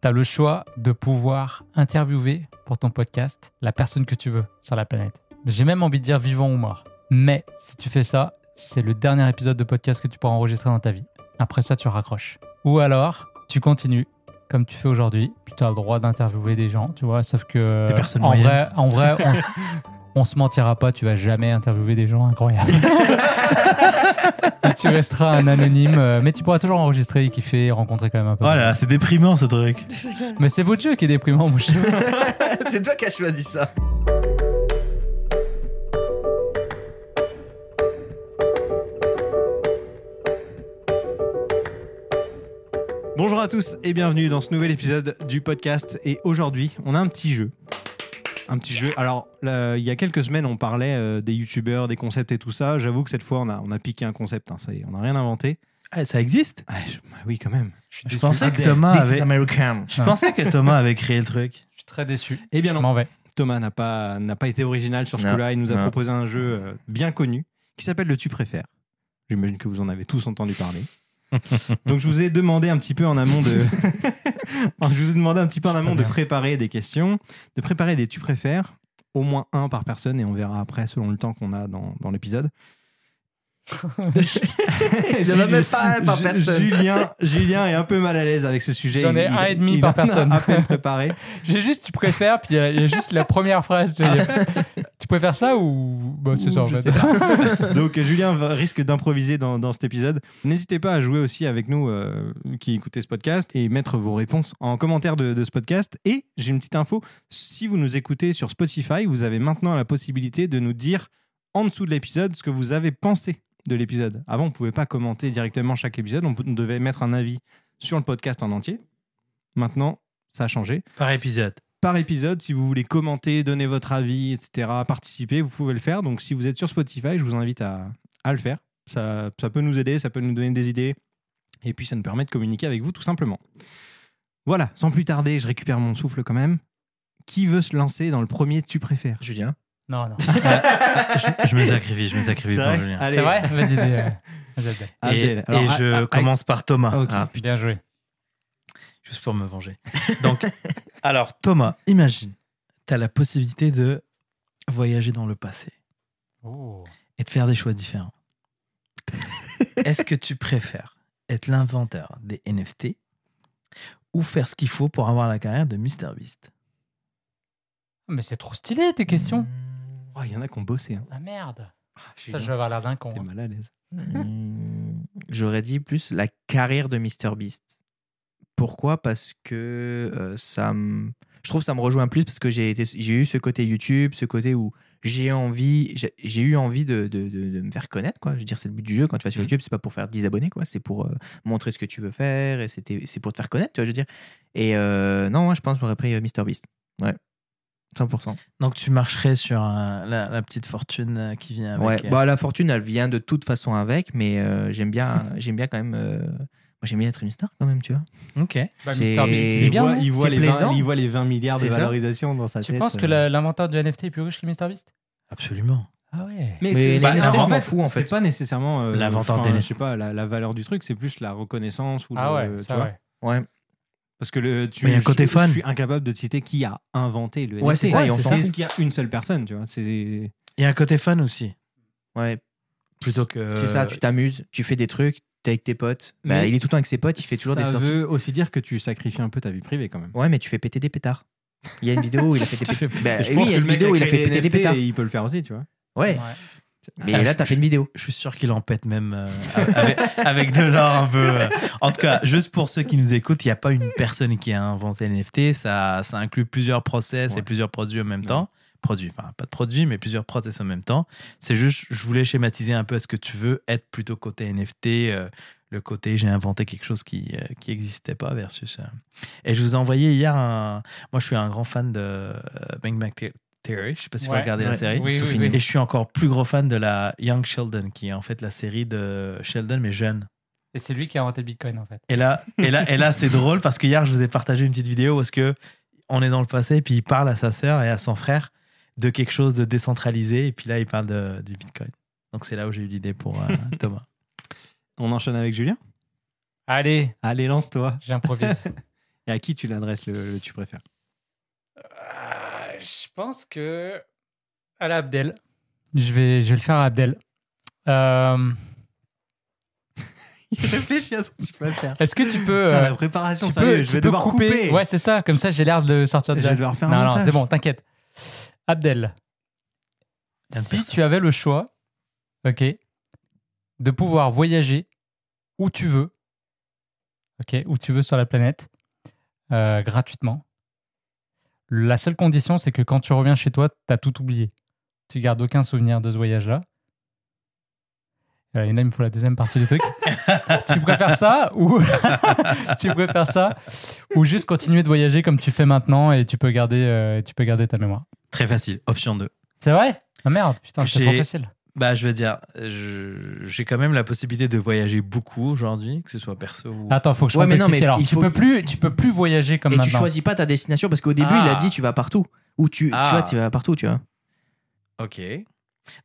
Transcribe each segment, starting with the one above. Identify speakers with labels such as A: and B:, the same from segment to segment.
A: tu as le choix de pouvoir interviewer pour ton podcast la personne que tu veux sur la planète. J'ai même envie de dire vivant ou mort. Mais si tu fais ça, c'est le dernier épisode de podcast que tu pourras enregistrer dans ta vie. Après ça, tu raccroches. Ou alors, tu continues comme tu fais aujourd'hui. Puis tu as le droit d'interviewer des gens, tu vois. Sauf que.
B: Des personnes
A: en
B: moyennes.
A: vrai, en vrai, on, s- on se mentira pas, tu vas jamais interviewer des gens incroyables. Et tu resteras un anonyme, euh, mais tu pourras toujours enregistrer et kiffer, rencontrer quand même un peu.
B: Oh là là, c'est déprimant ce truc.
A: Mais c'est votre jeu qui est déprimant, mon chien.
C: C'est toi qui as choisi ça.
B: Bonjour à tous et bienvenue dans ce nouvel épisode du podcast. Et aujourd'hui, on a un petit jeu. Un petit jeu. Alors, là, il y a quelques semaines, on parlait euh, des youtubeurs, des concepts et tout ça. J'avoue que cette fois, on a, on a piqué un concept. hein, ça y est, on n'a rien inventé.
D: Ah, ça existe
B: Ah, je- bah oui, quand même.
D: Je pensais que Thomas
C: This is
D: avait.
C: American.
D: Je pensais que Thomas avait créé le truc.
A: Je suis très déçu.
B: Eh bien
A: je
B: non.
A: m'en vais.
B: Thomas n'a pas, n'a pas été original sur ce
C: Non,
B: coup-là. Il nous a
C: non.
B: proposé un jeu euh, bien connu qui s'appelle le Tu préfères. J'imagine que vous en avez tous entendu parler. Donc je vous ai demandé un petit peu en amont de, Alors, je vous ai demandé un petit peu en
A: C'est
B: amont
A: pas
B: de
A: bien.
B: préparer des questions, de préparer des Tu préfères, au moins un par personne et on verra après selon le temps qu'on a dans, dans l'épisode.
C: Il y en a même pas un par
B: Ju-
C: personne.
B: Julien, Julien est un peu mal à l'aise avec ce sujet.
A: J'en ai
B: Il- il-
A: un et demi
B: il
A: par
B: en a
A: personne.
B: À peine préparé.
A: J'ai juste, tu préfères, puis il y, a- il y a juste la première phrase. Tu, vois, il y a- tu préfères ça ou. Bah, c'est
B: Ouh,
A: ça en
B: je
A: fait.
B: sais pas. Donc euh, Julien va- risque d'improviser dans, dans cet épisode. N'hésitez pas à jouer aussi avec nous euh, qui écoutez ce podcast et mettre vos réponses en commentaire de, de ce podcast. Et j'ai une petite info, si vous nous écoutez sur Spotify, vous avez maintenant la possibilité de nous dire en dessous de l'épisode ce que vous avez pensé de l'épisode. Avant, on ne pouvait pas commenter directement chaque épisode, on pou- on devait mettre un avis sur le podcast en entier. Maintenant, ça a changé
D: Par épisode.
B: par épisode. Si vous voulez commenter, donner votre avis, etc., participer, vous pouvez le faire. Donc si vous êtes sur Spotify, je vous invite à, à le faire. Ça, ça peut nous aider, ça peut nous donner des idées. Et puis ça nous permet de communiquer avec vous tout simplement. Voilà, sans plus tarder, je récupère mon souffle quand même. Qui veut se lancer dans le premier tu préfères
D: Julien
A: Non, non.
D: je, je me sacrifie, je me sacrifie pour Julien.
B: Allez,
A: C'est vrai Vas-y, dis. euh, vas-y, Abdel.
D: Et,
B: Abdel. Ah, Alors,
D: et
B: à-
D: je
B: à- à-
D: commence par Thomas.
B: Ok.
D: Ah, putain,
A: Bien joué.
D: juste pour me venger. Donc, alors Thomas, imagine, tu as la possibilité de voyager dans le passé
A: Ah,
D: et de faire des choix différents. Est-ce que tu préfères être l'inventeur des NFT ou faire ce qu'il faut pour avoir la carrière de MrBeast
A: Mais c'est trop stylé tes questions.
B: Oh, il y en a qui ont bossé. hein.
A: Ah merde.
B: Ah,
A: Putain, je vais avoir l'air d'un con. hein.
B: T'es mal à l'aise.
C: Hmm, J'aurais dit plus la carrière de Mr Beast. Pourquoi Parce que euh, ça me... Je trouve que ça me rejoint plus parce que j'ai été, j'ai eu ce côté YouTube, ce côté où j'ai envie, j'ai j'ai eu envie de, de- de- de me faire connaître quoi. Je veux dire, c'est le but du jeu quand tu vas sur
B: Mhm.
C: YouTube, c'est pas pour faire 10 abonnés quoi, c'est pour euh, montrer ce que tu veux faire et c'était, c'est pour te faire connaître, tu vois, je veux dire. Et euh, non, moi, je pense que j'aurais pris Mister Beast. Ouais, 100%.
D: Donc tu marcherais sur euh, la, la petite fortune euh, qui vient avec.
C: ouais.
D: euh,
C: Bah, la fortune, elle vient de toute façon avec, mais euh, j'aime bien, j'aime bien quand même. euh, Moi, j'aime bien être une star quand même, tu vois.
D: Ok.
A: Bah,
C: C'est-
A: Mr. Beast, il est
C: Il
A: bien.
B: voit,
A: non
B: il voit
C: C'est
B: les 20,
C: plaisant.
B: il voit les 20 milliards de
C: C'est ça.
B: valorisation dans sa
A: Tu
B: tête.
A: penses que
B: euh.
A: la- l'inventeur du NFT est plus riche que Mr. Beast
D: Absolument.
A: Ah ouais.
B: Mais,
C: Mais
B: c'est-
C: les
B: bah,
C: NFT,
B: alors,
C: je
B: en
C: m'en
B: fait,
C: fous, en
B: C'est
C: fait.
B: pas nécessairement euh,
D: La vente en
B: enfin,
D: télé.
B: Je sais pas, la, la valeur du truc, c'est plus la reconnaissance ou
A: Ah
B: le-
A: ouais,
B: euh, tu
A: ça
B: vois.
A: ouais.
C: Ouais.
B: Parce que le, tu,
D: Mais il y a un côté
B: je,
D: fan.
B: je suis incapable de citer qui a inventé le.
C: Ouais,
B: NFT.
C: c'est ça,
D: Ouais,
C: et on
D: c'est
C: s'en
D: ça.
C: fout.
B: Est-ce qu'il y a une seule personne, tu vois C'est
D: Il y a un côté fun aussi.
C: Ouais.
D: Plutôt que. euh,
C: C'est ça, tu t'amuses, tu fais des trucs, t'es avec tes potes. Bah,
B: Mais
C: il est tout le temps avec ses potes, il fait toujours
B: ça
C: des sorties.
B: veut aussi dire que tu sacrifies un peu ta vie privée quand même.
C: Ouais, mais tu fais péter des pétards. Il y a une vidéo où il a fait des
B: Tu fais
C: pétards. Bah,
B: Parce que
C: oui, il y a
B: le
C: une
B: mec
C: vidéo où il a
B: créé
C: fait péter des
B: NFT,
C: pétards.
B: et il peut le faire aussi, tu vois.
C: Ouais, mais
D: Ah,
C: là,
D: je-
C: t'as fait une vidéo.
D: Je suis sûr qu'il en pète même euh, avec, avec de l'or un peu. euh. En tout cas, juste pour ceux qui nous écoutent, il n'y a pas une personne qui a inventé l'NFT. Ça, ça inclut plusieurs process
B: Ouais.
D: et plusieurs produits en même
B: Ouais.
D: temps. Produits, enfin pas de produits, mais plusieurs process en même temps. C'est juste, je voulais schématiser un peu à ce que tu veux être plutôt côté NFT, euh, le côté j'ai inventé quelque chose qui euh, qui n'existait pas versus. euh. Et je vous ai envoyé hier un. Moi, je suis un grand fan de euh, Bang Bang The- Theory. Je sais pas si vous
A: Ouais.
D: regardez la
C: Ouais.
D: série.
A: Oui,
C: tout
A: oui,
C: fini.
D: Et
A: oui.
D: je suis encore plus gros fan de la Young Sheldon, qui est en fait la série de Sheldon, mais jeune.
A: Et c'est lui qui a inventé le Bitcoin en fait.
D: Et là, et là, et là c'est drôle parce que hier, je vous ai partagé une petite vidéo parce que on est dans le passé et puis il parle à sa sœur et à son frère de quelque chose de décentralisé. Et puis là, il parle de- du Bitcoin. Donc c'est là où j'ai eu l'idée pour euh, Thomas.
B: On enchaîne avec Julien.
A: Allez,
B: Allez, lance-toi.
A: j'improvise.
B: Et à qui tu l'adresses le, le tu préfères
A: Euh, je pense que à la Abdel. Je vais, je vais le faire à Abdel. Euh,
B: Il réfléchit à ce que tu préfères.
A: Est-ce que tu peux,
B: Putain,
A: euh,
B: la préparation,
A: tu
B: sérieux,
A: peux,
B: je
A: tu
B: vais
A: peux
B: devoir couper.
A: Ouais, c'est ça. Comme ça, j'ai l'air de le sortir
B: je
A: de
B: vais
A: là.
B: devoir faire un
A: Non, non,
B: montage.
A: c'est bon, t'inquiète. Abdel,
D: Y'a
A: si
D: personne.
A: tu avais le choix, ok, de pouvoir voyager où tu veux, ok, où tu veux sur la planète, euh, gratuitement, la seule condition, c'est que quand tu reviens chez toi, t'as tout oublié. Tu gardes aucun souvenir de ce voyage-là. Euh, Et là, il me faut la deuxième partie du truc. tu préfères ça ou tu préfères ça ou juste continuer de voyager comme tu fais maintenant et tu peux garder, euh, tu peux garder ta mémoire.
D: Très facile, option 2.
A: C'est vrai Ah merde, putain, c'est
D: J'ai-
A: trop facile.
D: Bah, je veux dire, je- j'ai quand même la possibilité de voyager beaucoup aujourd'hui, que ce soit perso ou.
A: Attends, faut que je
C: Ouais, mais
A: complexifie.
C: non, mais
A: alors,
C: il
A: tu
C: faut-
A: peux plus, tu peux plus voyager comme
C: Et tu
A: maintenant.
C: choisis pas ta destination parce qu'au début, il a
D: Ah.
C: dit tu vas partout. Ou tu,
D: Ah.
C: tu vois, tu vas partout, tu vois.
D: Ok.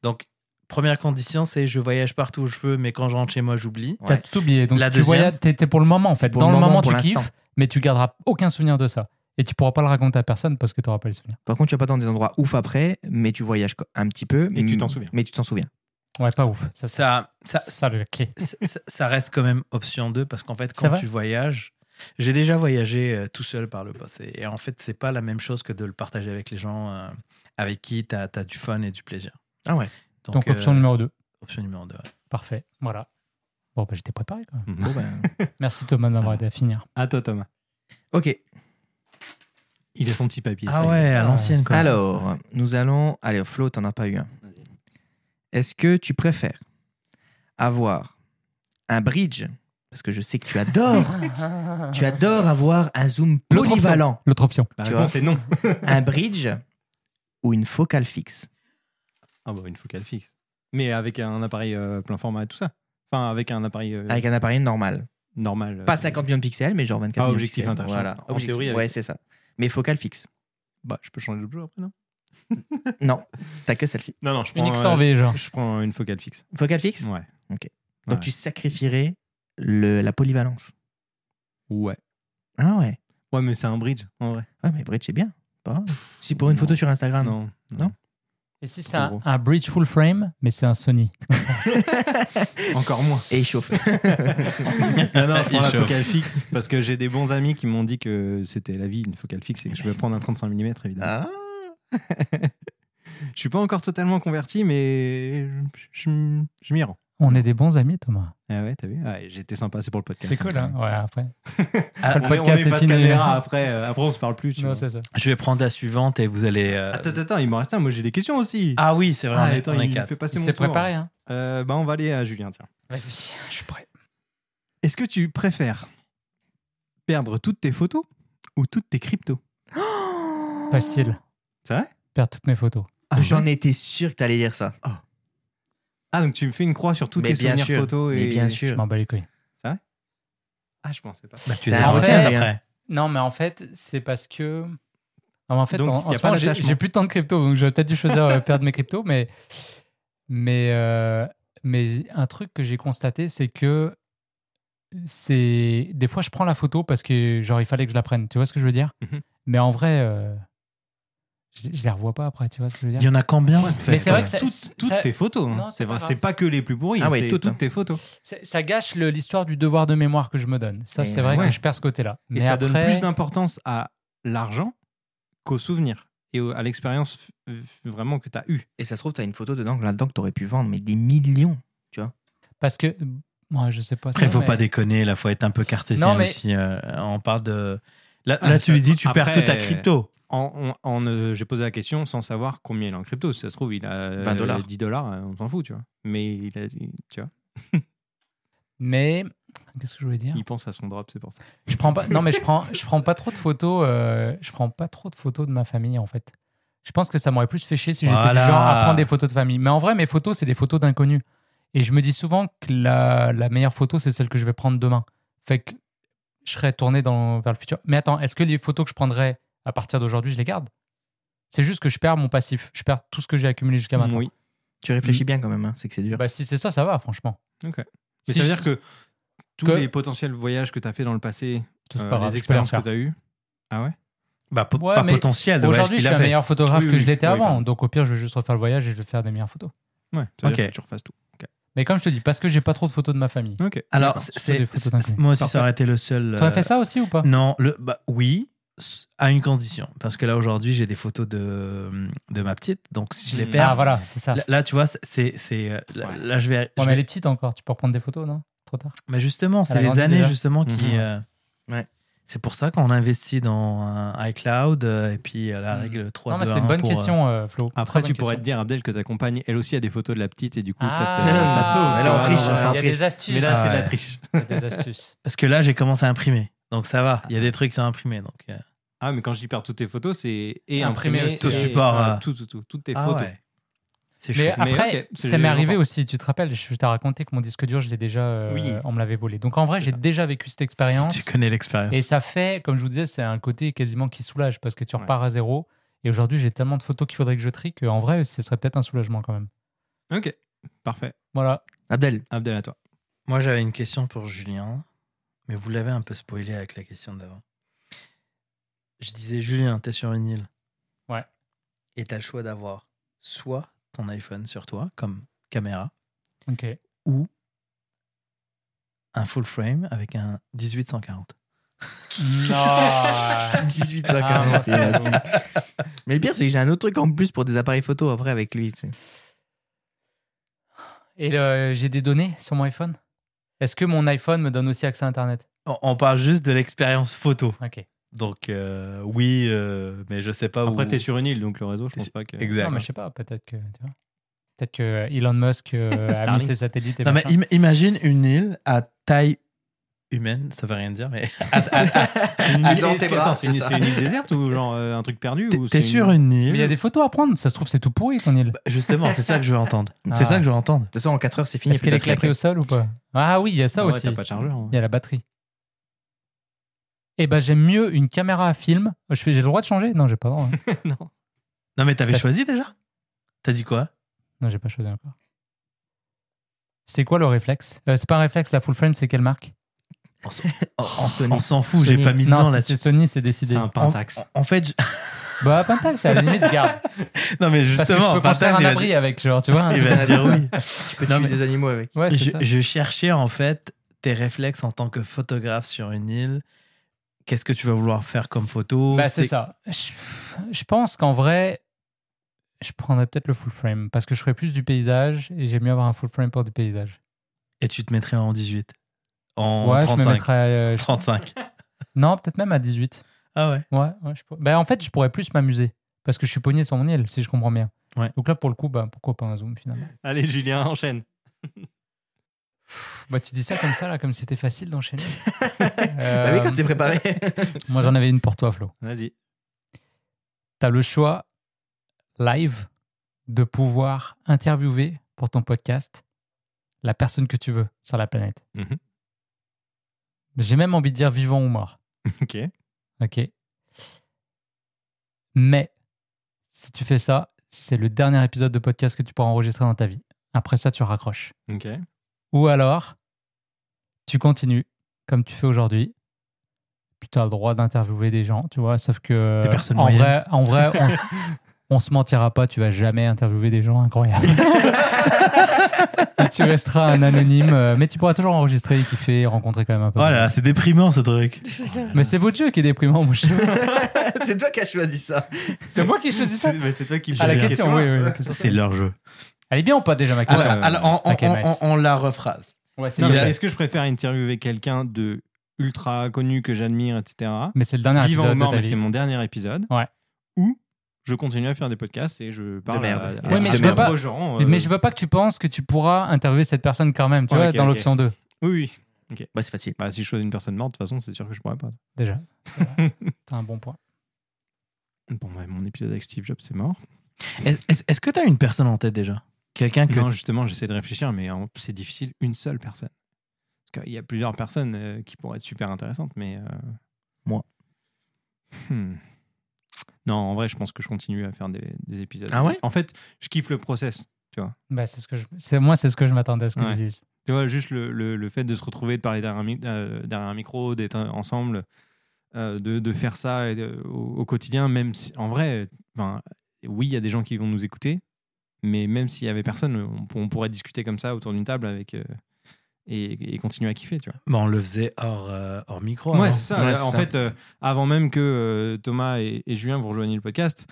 D: Donc, première condition, c'est je voyage partout où je veux, mais quand je rentre chez moi, j'oublie.
A: T'as
C: Ouais.
A: tout oublié. Donc,
D: La
A: si tu
D: deuxième,
A: voyages, t'es t'es pour le moment en
C: c'est
A: fait.
C: pour
A: Dans
C: le
A: le moment,
C: moment,
A: tu
C: pour
A: kiffes,
C: l'instant.
A: mais tu garderas aucun souvenir de ça. Et tu pourras pas le raconter à personne parce que t'auras pas les souvenirs.
C: Par contre, tu vas pas dans des endroits ouf après, mais tu voyages co- un petit peu.
B: Et tu
C: m-
B: t'en souviens.
C: Mais tu t'en souviens.
A: Ouais, pas ouf. Ça, c'est
D: Ça, ça,
A: ça la clé.
D: ça- ça- ça reste quand même option 2 parce qu'en fait,
A: C'est
D: quand
A: vrai
D: tu voyages, j'ai déjà voyagé euh, tout seul par le passé. Et en fait, c'est pas la même chose que de le partager avec les gens euh, avec qui tu as, du fun et du plaisir.
C: Ah ouais.
A: Donc, option
D: euh,
A: numéro 2.
D: option numéro 2.
A: Parfait. Voilà. Bon, bah, j'étais préparé quand même.
C: Bon, ben,
A: Merci Thomas
C: Ça
A: d'avoir
C: va.
A: aidé à finir.
B: À toi, Thomas.
C: ok.
B: Il a son petit papier.
D: Ah
B: ça y est.
D: ouais, à
A: Ah,
D: l'ancienne quoi.
C: Alors, nous allons. Allez, Flo, t'en as pas eu un. Est-ce que tu préfères avoir un bridge Parce que je sais que tu adores. tu adores avoir un zoom
A: L'autre option.
C: polyvalent.
A: L'autre option.
B: La
C: Tu
B: réponse est non.
C: un bridge ou une focale fixe
B: Ah bah, une focale fixe. Mais avec un appareil euh, plein format et tout ça. Enfin, avec un appareil euh,
C: Avec un appareil normal.
B: normal. euh,
C: Pas 50 millions de pixels, mais genre 24
B: Ah,
C: millions de
B: objectif
C: pixels.
B: interchangeable.
C: Voilà.
B: En théorie, avec-
C: Ouais, c'est ça. Mais focale fixe.
B: Bah, je peux changer de jeu après, non
C: Non, t'as que celle-ci.
B: Non, non, je prends,
A: Unique
B: euh,
A: sans V, genre.
B: je prends une focale fixe.
C: Focale fixe
B: Ouais.
C: Donc
B: Ouais.
C: tu sacrifierais le, la polyvalence.
B: Ouais.
C: Ah ouais.
B: Ouais, mais c'est un bridge, en vrai.
C: Ouais, mais bridge, c'est bien. Pas grave. Si pour une
B: Non.
C: photo sur Instagram.
B: non.
C: Ah Non
A: Et si c'est
B: c'est un-
A: un, bridge full frame, mais c'est un Sony.
B: Encore moins.
C: Et il chauffe.
B: Ah non, non, je prends la
D: Il chauffe.
B: focale fixe parce que j'ai des bons amis qui m'ont dit que c'était la vie, une focale fixe, et que je vais prendre un 35 mm, évidemment.
C: Ah.
B: Je suis pas encore totalement converti, mais je, je- je m'y rends.
A: On est des bons amis, Thomas.
B: Ah ouais, t'as vu Ah, J'étais sympa, c'est pour le podcast.
A: C'est cool, hein Ouais, après.
B: On
A: Après,
B: est-
A: le
B: on
A: podcast
B: est
A: est
B: face
A: fini.
B: caméra après, euh, après on se parle plus. tu
A: Non,
B: vois.
A: c'est ça.
D: Je vais prendre la suivante et vous allez. euh,
B: Attends, attends, attends, il m'en reste un, moi j'ai des questions aussi.
D: Ah oui, c'est vrai.
B: Ah,
D: on est-
B: attends,
D: on est
B: il me
D: quatre.
B: fait passer
A: Il
B: mon
A: s'est
B: tour.
A: préparé, hein
B: Euh, bah, on va aller à Julien, tiens.
A: Vas-y, je suis prêt.
B: Est-ce que tu préfères perdre toutes tes photos ou toutes tes cryptos
A: Facile.
B: C'est vrai
A: Perdre toutes mes photos.
B: ah,
C: J'en étais sûr que t'allais dire ça.
B: ah, donc tu me fais une croix sur tous
C: Mais
B: tes
C: bien
B: souvenirs
C: sûr,
B: photos et
C: Mais bien
A: Je
C: sûr.
A: m'en bats les couilles.
B: Ah, je pensais pas.
D: Bah, tu
C: C'est
D: les as
A: un
D: retenues
A: fait,
D: après.
A: Non, mais en fait, c'est parce que. Non, mais en fait,
B: Donc,
A: en, en
B: y a
A: ce
B: pas
A: moment, j'ai
B: d'attachement.
A: j'ai plus tant de crypto, donc j'aurais peut-être dû choisir euh, perdre mes cryptos, mais. Mais, euh, mais un truc que j'ai constaté, c'est que. c'est Des fois, je prends la photo parce que, genre, il fallait que je la prenne. Tu vois ce que je veux dire
B: Mhm.
A: Mais en vrai, euh, je, je les revois pas après. Tu vois ce que je veux dire
D: Il y en a combien en fait
A: Mais c'est vrai que ça-
B: Toutes, toutes
A: ça-
B: tes photos. hein.
A: Non, c'est
B: C'est
A: pas
B: vrai,
A: grave.
B: c'est pas que les plus pourris.
C: Ah oui,
B: c'est
C: toutes, hein.
B: toutes tes photos.
A: C'est- Ça gâche le- l'histoire du devoir de mémoire que je me donne. Ça,
C: Et
A: c'est vrai
B: ouais.
A: que je perds ce côté-là.
B: Et
A: Mais
B: ça
A: après,
B: donne plus d'importance à l'argent qu'aux souvenirs et au- à l'expérience f- f- vraiment que tu as eue.
C: Et ça se trouve, t'as une photo dedans là-dedans que t'aurais pu vendre, mais des millions.
A: parce que moi, je sais pas.
D: Après,
A: ça,
D: faut
A: mais-
D: pas déconner, là, faut être un peu cartésien
A: Non, mais-
D: aussi. euh, on parle de. Là,
B: Ah,
D: là,
B: mais
D: tu lui
B: ça-
D: dis, tu perds
B: après-
D: toute ta crypto.
B: En, en- en, euh, J'ai posé la question sans savoir combien il a en crypto. Si ça se trouve, il a euh,
C: 20 dollars.
B: 10 dollars, euh, on s'en fout, tu vois. Mais il, a- il- tu vois,
A: Mais qu'est-ce que je voulais dire
B: il pense à son drop, c'est pour ça.
A: Je prends pas. Non, mais je prends. Je prends pas trop de photos. euh, je prends pas trop de photos de ma famille en fait. Je pense que ça m'aurait plus fait chier si j'étais
D: Voilà.
A: du genre à prendre des photos de famille. Mais en vrai, mes photos, c'est des photos d'inconnus. Et je me dis souvent que la, la meilleure photo, c'est celle que je vais prendre demain. Fait que je serais tourné dans, vers le futur. Mais attends, est-ce que les photos que je prendrais à partir d'aujourd'hui, je les garde C'est juste que je perds mon passif. Je perds tout ce que j'ai accumulé jusqu'à maintenant.
B: Oui.
C: Tu réfléchis bien quand même, hein, c'est que c'est dur.
A: Bah, si c'est ça, ça va, franchement.
B: Ok. Mais
A: Si
B: ça veut
A: je-
B: dire que tous
A: que-
B: les potentiels voyages que tu as fait dans le passé
A: Tout c'est
B: euh,
A: pas grave,
B: les
A: je peux les
B: expériences que
A: refaire.
B: tu as eues Ah ouais
D: Bah, pot-
A: Ouais,
D: pas
A: mais
B: Ah,
D: potentiel. de voyage
A: Aujourd'hui, je
D: qu'il
A: suis
D: a
A: un
D: fait.
A: meilleur photographe
B: Oui,
A: que
B: oui,
A: je l'étais
B: oui,
A: avant.
B: pardon.
A: Donc au pire, je vais juste refaire le voyage et je vais faire des meilleures photos.
B: Ouais, ça veut
D: Ok.
B: dire que tu refasses tout.
A: Mais comme je te dis, parce que j'ai pas trop de photos de ma famille.
B: Ok.
D: Alors,
B: D'accord.
D: c'est-
A: Surtout des
D: c'est
A: photos
D: c'est-
A: d'inconnus.
D: moi aussi,
B: Parfait.
D: ça aurait été le seul.
A: T'aurais
D: euh,
A: fait ça aussi ou pas Ah,
D: Non, le, bah, oui, s- à une condition. Parce que là, aujourd'hui, j'ai des photos de, de ma petite. Donc, si je les
B: Mm.
D: perds.
A: Ah voilà, c'est ça.
D: là, là, tu vois, c'est- c'est. c'est, euh, Là,
B: Ouais.
D: là, je vais. je
A: Ouais, mais
D: vais-
A: elle est petite encore, tu peux reprendre des photos, non Trop tard.
D: Mais justement,
A: Elle
D: c'est
A: a
D: les
A: grandi
D: années
A: déjà.
D: justement qui.
B: Mhm.
D: euh,
C: Ouais.
D: C'est pour ça qu'on investit dans un iCloud euh, et puis euh, la
A: Mm.
D: règle 3.
A: Non, mais
D: 2,
A: c'est une
D: 1
A: bonne
D: pour, euh,
A: question, euh, Flo.
B: Après,
A: Très
B: tu
A: bonne
B: pourrais te
A: question.
B: dire, Abdel, que ta compagne, elle aussi, a des photos de la petite et du coup, ça, te,
A: Ah.
B: ça te euh, sauve.
C: Mais là,
B: tu
C: on
B: vois.
C: triche,
B: Ah,
C: là, on
A: Il y a
C: triche.
A: des astuces.
B: Mais là,
D: Ah
B: c'est
D: ouais.
B: la triche.
A: Il y a des astuces.
D: Parce que là, j'ai commencé à imprimer. Donc ça va.
A: Ah.
D: Il y a des trucs qui sont imprimés. Donc, euh,
B: Ah, mais quand je dis perds toutes tes photos, c'est et
A: Imprimé
B: imprimé,
A: aussi,
B: et-
A: ouais.
D: support,
B: ah,
D: euh.
B: tout, tout, tout, toutes tes
D: ah
B: photos.
D: ouais. C'est chaud.
A: Mais
B: Mais
A: après,
B: ok, c'est-
A: ça m'est arrivé
B: j'entends.
A: aussi, tu te rappelles, je t'ai raconté que mon disque dur, je l'ai déjà, euh,
B: Oui.
A: on me l'avait volé. Donc en vrai,
B: C'est
A: j'ai
B: ça.
A: déjà vécu cette
D: Tu
A: expérience.
D: connais l'expérience.
A: Et ça fait, comme je vous disais, c'est un côté quasiment qui soulage parce que tu
B: Ouais.
A: repars à zéro. Et aujourd'hui, j'ai tellement de photos qu'il faudrait que je trie qu'en vrai, ce serait peut-être un soulagement quand même.
B: Ok, parfait.
A: Voilà.
C: Abdel,
B: Abdel, à toi.
D: Moi, j'avais une question pour Julien, mais vous l'avez un peu spoilé avec la question d'avant. Je disais, Julien, t'es sur une île.
A: Ouais.
D: Et t'as le choix d'avoir soit ton iPhone sur toi comme caméra,
A: Ok.
D: ou un full frame avec un 1840.
A: Non.
C: 18
A: Ah, moi,
C: il
A: c'est
C: a dit. Mais le pire, c'est que j'ai un autre truc en plus pour des appareils photo après avec lui. tu sais.
A: Et le- j'ai des données sur mon iPhone. Est-ce que mon iPhone me donne aussi accès à Internet
D: On, on parle juste de l'expérience photo.
A: Ok.
D: Donc, euh, oui, euh, mais je sais pas où.
B: Après, t'es sur une île, donc le réseau, je
D: T'es
B: pense
D: sur-
B: pas que.
A: Non,
D: Exact.
A: mais je sais pas, peut-être que. Tu vois Peut-être que Elon Musk euh, a mis
C: Starlink.
A: ses satellites et
D: Non, mais
A: machin.
D: im- imagine une île à taille humaine, ça veut rien dire, mais à- à- à-
B: Une
C: Ah,
B: île-
C: dans
B: est-ce
C: tes
B: que-
C: bras,
B: attends, c'est une,
C: c'est ça.
B: c'est une île déserte ou genre euh, un truc perdu
D: t'es-
B: ou
D: t'es
B: c'est
D: sur une île.
A: Mais il y a des photos à prendre, ça se trouve, c'est tout pourri ton île.
D: Bah, Justement, c'est ça que je veux entendre.
A: Ah.
D: C'est ça que je veux entendre.
C: De toute façon, en 4 heures, c'est fini.
A: Est-ce qu'elle est claquée au sol ou pas Ah oui, il y a ça
B: Ah ouais,
A: aussi.
B: T'as pas de chargeur. hein.
A: Il y a la batterie. Eh ben, j'aime mieux une caméra à film. Je fais- J'ai le droit de changer Non, j'ai pas le droit. hein.
B: non.
D: Non, mais t'avais
A: Parce-
D: choisi déjà T'as dit quoi
A: Non, j'ai pas choisi encore. C'est quoi le réflexe Euh, C'est pas un réflexe, la full frame, c'est quelle marque
D: on s'en,
C: En Sony.
D: on s'en fout, j'ai
C: Sony.
D: pas mis de
A: Non,
D: nom
A: c'est-
D: là-dessus.
A: c'est Sony, c'est décidé.
B: C'est un
D: En,
B: Pentax.
D: en fait, je-
A: Bah, Pentax, à la limite, je garde.
D: non mais
A: Parce que je
D: justement,
A: peux
D: Pentax,
A: construire un
D: il va
A: abri avec, genre, tu vois. un
D: dire- il
A: truc
D: va
A: comme
D: dire
A: ça.
D: oui.
C: Tu peux
D: Non,
C: tuer
D: mais-
C: des animaux avec.
A: Ouais, c'est ça.
D: Je, je cherchais en fait tes réflexes en tant que photographe sur une île. Qu'est-ce que tu vas vouloir faire comme photo
A: Bah, c'est ça. Je, je pense qu'en vrai, je prendrais peut-être le full frame parce que je ferais plus du paysage et j'aime mieux avoir un full frame pour du paysage.
D: Et tu te mettrais en 18 En
A: ouais, je me
D: 35
A: mettrais. euh, je-
D: 35.
A: Non, peut-être même à 18.
D: Ah ouais
A: Ouais, ouais, je pourrais- bah, en fait, je pourrais plus m'amuser parce que je suis pogné sur mon île, si je comprends bien.
D: Ouais.
A: Donc là, pour le coup, bah, pourquoi pas un zoom finalement
B: Allez, Julien, enchaîne.
A: Pff, bah, Tu dis ça comme ça, là, comme c'était facile d'enchaîner.
C: Bah
A: Euh,
C: oui, quand t'es préparé.
A: moi, j'en avais une pour toi, Flo.
B: Vas-y.
A: T'as le choix live de pouvoir interviewer pour ton podcast la personne que tu veux sur la planète.
B: Mhm.
A: J'ai même envie de dire vivant ou mort.
B: Ok.
A: Ok. Mais si tu fais ça, c'est le dernier épisode de podcast que tu pourras enregistrer dans ta vie. Après ça, tu raccroches.
B: Ok.
A: Ou alors, tu continues comme tu fais aujourd'hui. Puis tu as le droit d'interviewer des gens, tu vois. Sauf que.
D: Des personnes
A: en
D: moyennes.
A: vrai, en vrai, on, s- on se mentira pas, tu vas jamais interviewer des gens incroyables. Et tu resteras un anonyme, euh, mais tu pourras toujours enregistrer et kiffer, rencontrer quand même un peu.
D: Oh là là, c'est déprimant ce truc.
A: Mais c'est votre jeu qui est déprimant, mon chien.
C: c'est toi qui as choisi ça.
A: C'est moi qui choisis ça.
B: C'est- Mais c'est toi qui me
A: À Ah, la
B: poses
A: question, oui, oui. la question.
D: C'est leur jeu.
A: Elle est bien ou pas déjà ma
B: Ah
A: question
B: ouais,
D: Alors, on, on-
A: Ok, nice.
D: on- on la rephrase.
A: Ouais, c'est
B: Non,
A: bien.
B: mais Est-ce que je préfère interviewer quelqu'un de ultra connu que j'admire, etc.
A: Mais c'est le dernier
B: Vivant ou
A: épisode
B: mort,
A: de ta
B: mais
A: vie.
B: c'est mon dernier épisode.
A: Ouais.
B: Ou je continue à faire des podcasts et je parle
C: merde.
B: à- à-
C: Oui, mais
B: à
C: je veux
B: d'autres
A: pas-
B: gens. euh,
A: Mais- Mais je veux pas que tu penses que tu pourras interviewer cette personne quand même, tu
B: Ouais,
A: vois,
B: ok,
A: dans
B: ok.
A: l'option 2,
B: Oui, oui.
C: Bah, c'est facile.
B: Bah, si je choisis une personne morte, de toute façon, c'est sûr que je pourrais pas.
A: déjà. C'est vrai. T'as un bon point.
B: Bon, ouais, mon épisode avec Steve Jobs, c'est mort.
D: Est- Est-ce est-ce que t'as une personne en tête déjà Quelqu'un que.
B: Non, justement, j'essaie de réfléchir, mais hein, c'est difficile, une seule personne. Parce qu'il y a plusieurs personnes euh, qui pourraient être super intéressantes, mais. euh,
C: Moi.
B: Hmm. Non, en vrai, je pense que je continue à faire des, des épisodes.
D: Ah ouais
B: En fait, je kiffe le process.
A: Bah, c'est ce que je... c'est moi, c'est ce que je m'attendais à ce que
B: Ouais.
A: tu dises.
B: Tu vois, juste le, le- le fait de se retrouver, de parler derrière un, mi- euh, derrière un micro, d'être ensemble, euh, de, de faire ça euh, au, au quotidien, même si, en vrai, ben, oui, il y a des gens qui vont nous écouter, mais même s'il y avait personne, on, on pourrait discuter comme ça autour d'une table avec, euh, et, et continuer à kiffer, tu vois.
D: Bon, on le faisait hors, euh, hors micro.
B: Ouais,
D: alors.
B: c'est ça.
C: Ouais,
B: en
C: c'est
B: fait, euh, avant même que euh, Thomas et, et Julien vous rejoigniez le podcast,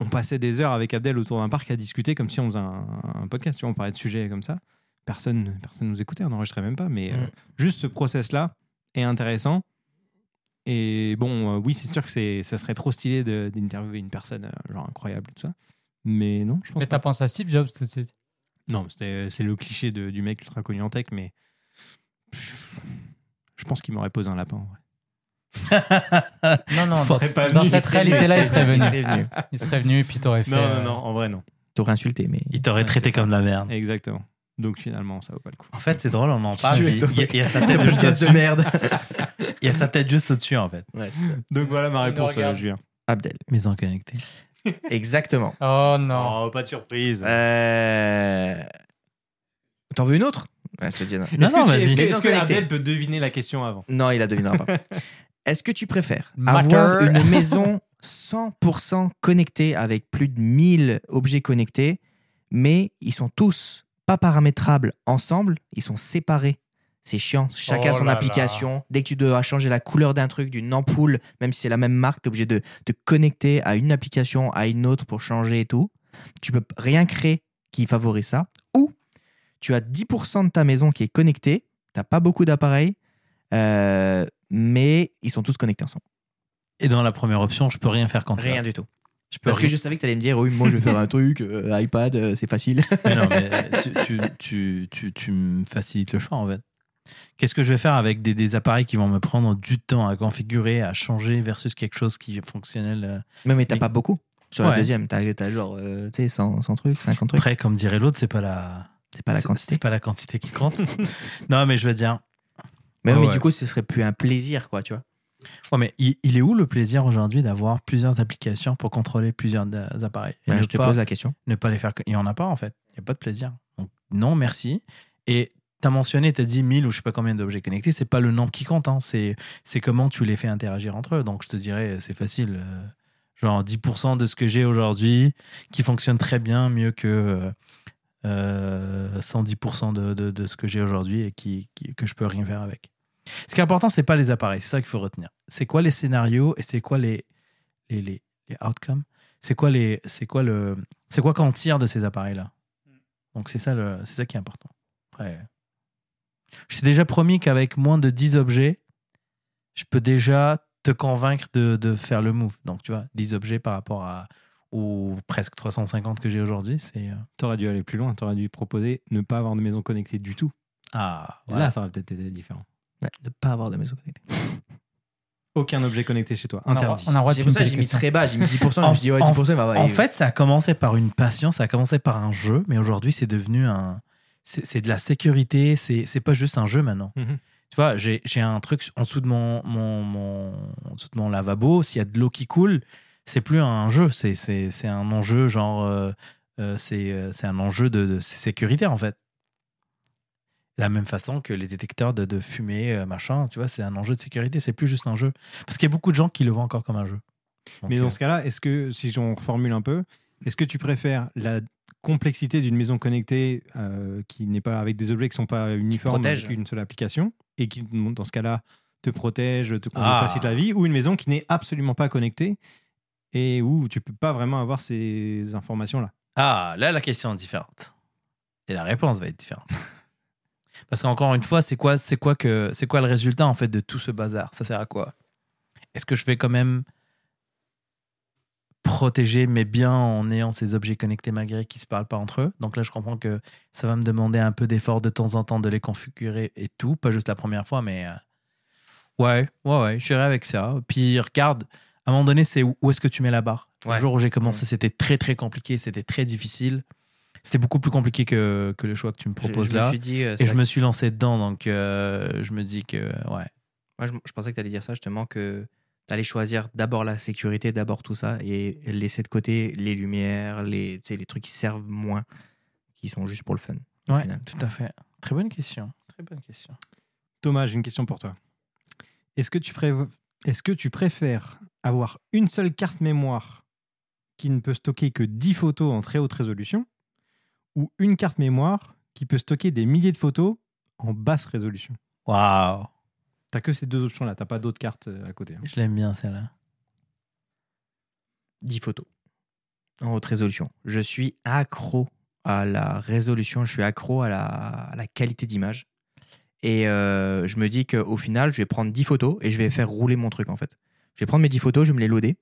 B: on passait des heures avec Abdel autour d'un parc à discuter comme si on faisait un, un podcast. Tu vois, on parlait de sujets comme ça. Personne personne nous écoutait, on n'enregistrait même pas. Mais euh,
C: Mm.
B: juste ce process-là est intéressant. Et bon, euh, oui, c'est sûr que c'est- ça serait trop stylé de- d'interviewer une personne euh, genre incroyable et tout ça. Mais non, je pense
A: Mais
B: pas.
A: t'as pensé à Steve Jobs tout de suite.
B: Non, mais c'était- c'est le cliché de- du mec ultra connu en tech, mais je pense qu'il m'aurait posé un lapin. en vrai.
A: Non, non,
D: Bon,
A: dans,
B: serait pas
A: dans
B: venu,
A: cette
B: il serait venu,
A: réalité-là, il serait
C: Il
A: venu. Ah.
C: serait venu.
A: Il serait venu et puis t'aurais fait.
B: Non,
A: euh,
B: non, non, en vrai, non.
C: T'aurais insulté, mais.
D: Il t'aurait
B: Ouais,
D: traité
B: c'est ça.
D: comme de la merde.
B: Exactement. Donc finalement, ça vaut pas le coup.
D: En fait, c'est drôle, on en
C: Qui
D: parle.
C: tu es,
D: mais
C: toi
D: Il y, a- il y a sa tête juste
C: Podcast de
D: au-dessus.
C: merde.
D: Il y a sa tête juste au-dessus, en fait.
B: Donc voilà ma
A: Il nous
B: réponse, euh,
A: regarde.
B: Julien.
C: Abdel.
D: Mais en connecté.
C: Exactement.
A: Oh non.
B: Oh, pas de surprise.
C: Euh... T'en veux une autre Ouais, je te dis non.
D: Non, non,
B: que, tu-
D: vas-y.
B: que-
C: Les
B: que
C: inconnectés.
B: Abdel peut deviner la question avant
C: Non, il la devinera pas. Est-ce que tu préfères
A: Matter.
C: avoir une maison 100% connectée avec plus de 1000 objets connectés, mais ils sont tous pas paramétrables ensemble, ils sont séparés c'est chiant, chacun
A: Oh
C: son
A: là
C: application. Dès que tu dois changer la couleur d'un truc, d'une ampoule, même si c'est la même marque, t'es obligé de te connecter à une application, à une autre pour changer et tout. Tu peux rien créer qui favorise ça. Ou tu as 10% de ta maison qui est connectée, t'as pas beaucoup d'appareils, euh, mais ils sont tous connectés ensemble.
D: Et dans la première option, je peux rien faire quand ça.
C: Rien du tout.
D: Je peux
C: Parce que
D: rien-
C: je savais que t'allais me dire, oui, moi je vais faire un truc, euh, iPad, euh, c'est facile.
D: Mais non, mais tu, tu, tu, tu, tu me facilites le choix, en fait. Qu'est-ce que je vais faire avec des, des appareils qui vont me prendre du temps à configurer, à changer, versus quelque chose qui est fonctionnel euh,
C: Mais, mais t'as
D: Mais-
C: pas beaucoup. Sur
D: Ouais.
C: la deuxième, t'as t'as genre, euh, tu sais, 100, 100 trucs, 50 trucs.
D: Après, comme dirait l'autre, c'est pas la,
C: C'est pas la
D: c'est-
C: quantité.
D: C'est pas la quantité qui compte. non, mais je veux dire,
C: Mais,
D: Ouais,
C: mais
D: ouais.
C: du coup, ce serait plus un plaisir, quoi, tu vois.
D: ouais, mais il, il est où le plaisir aujourd'hui d'avoir plusieurs applications pour contrôler plusieurs euh, appareils Et ne
C: Bah, je te
D: pas-
C: pose la question.
D: ne pas les faire. co- Il n'y en a pas, en fait. Il n'y a pas de plaisir. Donc, non, merci. Et tu as mentionné, tu as dit 1000 ou je sais pas combien d'objets connectés. c'est pas le nombre qui compte. hein. C'est c'est comment tu les fais interagir entre eux. Donc, je te dirais, c'est facile. euh, genre 10% de ce que j'ai aujourd'hui qui fonctionne très bien, mieux que euh, euh, 110% de, de- de ce que j'ai aujourd'hui et qui, qui- que je peux rien faire avec. Ce qui est important, c'est pas les appareils. C'est ça qu'il faut retenir. C'est quoi les scénarios et c'est quoi les, les, les, les outcomes C'est quoi, les, c'est quoi le, c'est quoi qu'on tire de ces appareils-là Donc c'est ça, le, c'est ça qui est important. Après, je t'ai déjà promis qu'avec moins de 10 objets, je peux déjà te convaincre de, de faire le move. Donc tu vois, 10 objets par rapport à aux presque 350 que j'ai aujourd'hui, c'est... euh,
B: T'aurais dû aller plus loin, t'aurais dû proposer ne pas avoir de maison connectée du tout.
D: Ah,
B: Là, ça aurait peut-être été différent.
C: de ne pas avoir de maison connectée.
B: Aucun objet connecté chez toi,
A: On a-
B: interdit.
A: On a le droit de
C: C'est pour ça
A: pimper les
C: que j'ai mis
A: questions.
C: très bas, j'ai mis 10%, je
D: En-
C: me suis dit ouais,
D: en-
C: 10%, bah ouais.
D: En fait, ça a commencé par une passion, ça a commencé par un jeu, mais aujourd'hui, c'est devenu un. C'est c'est de la sécurité, c'est c'est pas juste un jeu maintenant.
B: Mhm.
D: Tu vois, j'ai j'ai un truc en dessous de mon, mon, mon- en dessous de mon lavabo, s'il y a de l'eau qui coule, c'est plus un jeu, c'est- c'est c'est un enjeu, genre. euh, euh, c'est euh, c'est un enjeu de, de sécurité, en fait. De La même façon que les détecteurs de, de fumée, euh, machin, tu vois, c'est un enjeu de sécurité, c'est plus juste un jeu. Parce qu'il y a beaucoup de gens qui le voient encore comme un jeu. Donc,
B: Mais
D: euh,
B: dans ce cas-là, est-ce que, si j'en reformule un peu, est-ce que tu préfères la complexité d'une maison connectée euh, qui n'est pas avec des objets qui sont pas uniformes
C: protège.
B: avec une seule application et qui, dans ce cas-là, te protège, te
D: Ah.
B: facilite la vie, ou une maison qui n'est absolument pas connectée et où tu peux pas vraiment avoir ces informations-là
D: Ah, là, la question est différente. Et la réponse va être différente. Parce qu'encore une fois, c'est quoi, c'est quoi que, c'est quoi le résultat en fait de tout ce bazar Ça sert à quoi Est-ce que je vais quand même protéger mes biens en ayant ces objets connectés malgré qu'ils se parlent pas entre eux Donc là, je comprends que ça va me demander un peu d'effort de temps en temps de les configurer et tout, pas juste la première fois, mais euh, ouais, ouais, ouais, j'irai avec ça. Puis regarde, à un moment donné, c'est où, où est-ce que tu mets la barre
C: Ouais.
D: Le jour où j'ai commencé, c'était très très compliqué, c'était très difficile, c'était beaucoup plus compliqué que, que le choix que tu me
C: Je-
D: proposes
C: je
D: là.
C: me suis dit, euh,
D: Et
C: ça-
D: je me suis lancé dedans, donc euh, je me dis que ouais.
C: moi, je, je pensais que t'allais dire ça justement, que t'allais choisir d'abord la sécurité, d'abord tout ça, et laisser de côté les lumières, les, tu sais, les trucs qui servent moins, qui sont juste pour le fun. au
D: Ouais,
C: final.
D: tout à fait. Très bonne question. très bonne question.
B: Thomas, j'ai une question pour toi. Est-ce que, tu pré- Est-ce que tu préfères avoir une seule carte mémoire qui ne peut stocker que 10 photos en très haute résolution ou une carte mémoire qui peut stocker des milliers de photos en basse résolution
D: Waouh
B: T'as que ces deux options-là, t'as pas d'autres cartes euh, à côté. hein.
D: Je l'aime bien celle-là.
C: 10 photos en haute résolution. Je suis accro à la résolution, je suis accro à la, à la qualité d'image. Et euh, je me dis qu'au final, je vais prendre 10 photos et je vais faire rouler mon truc en fait. Je vais prendre mes 10 photos, je vais me les loader.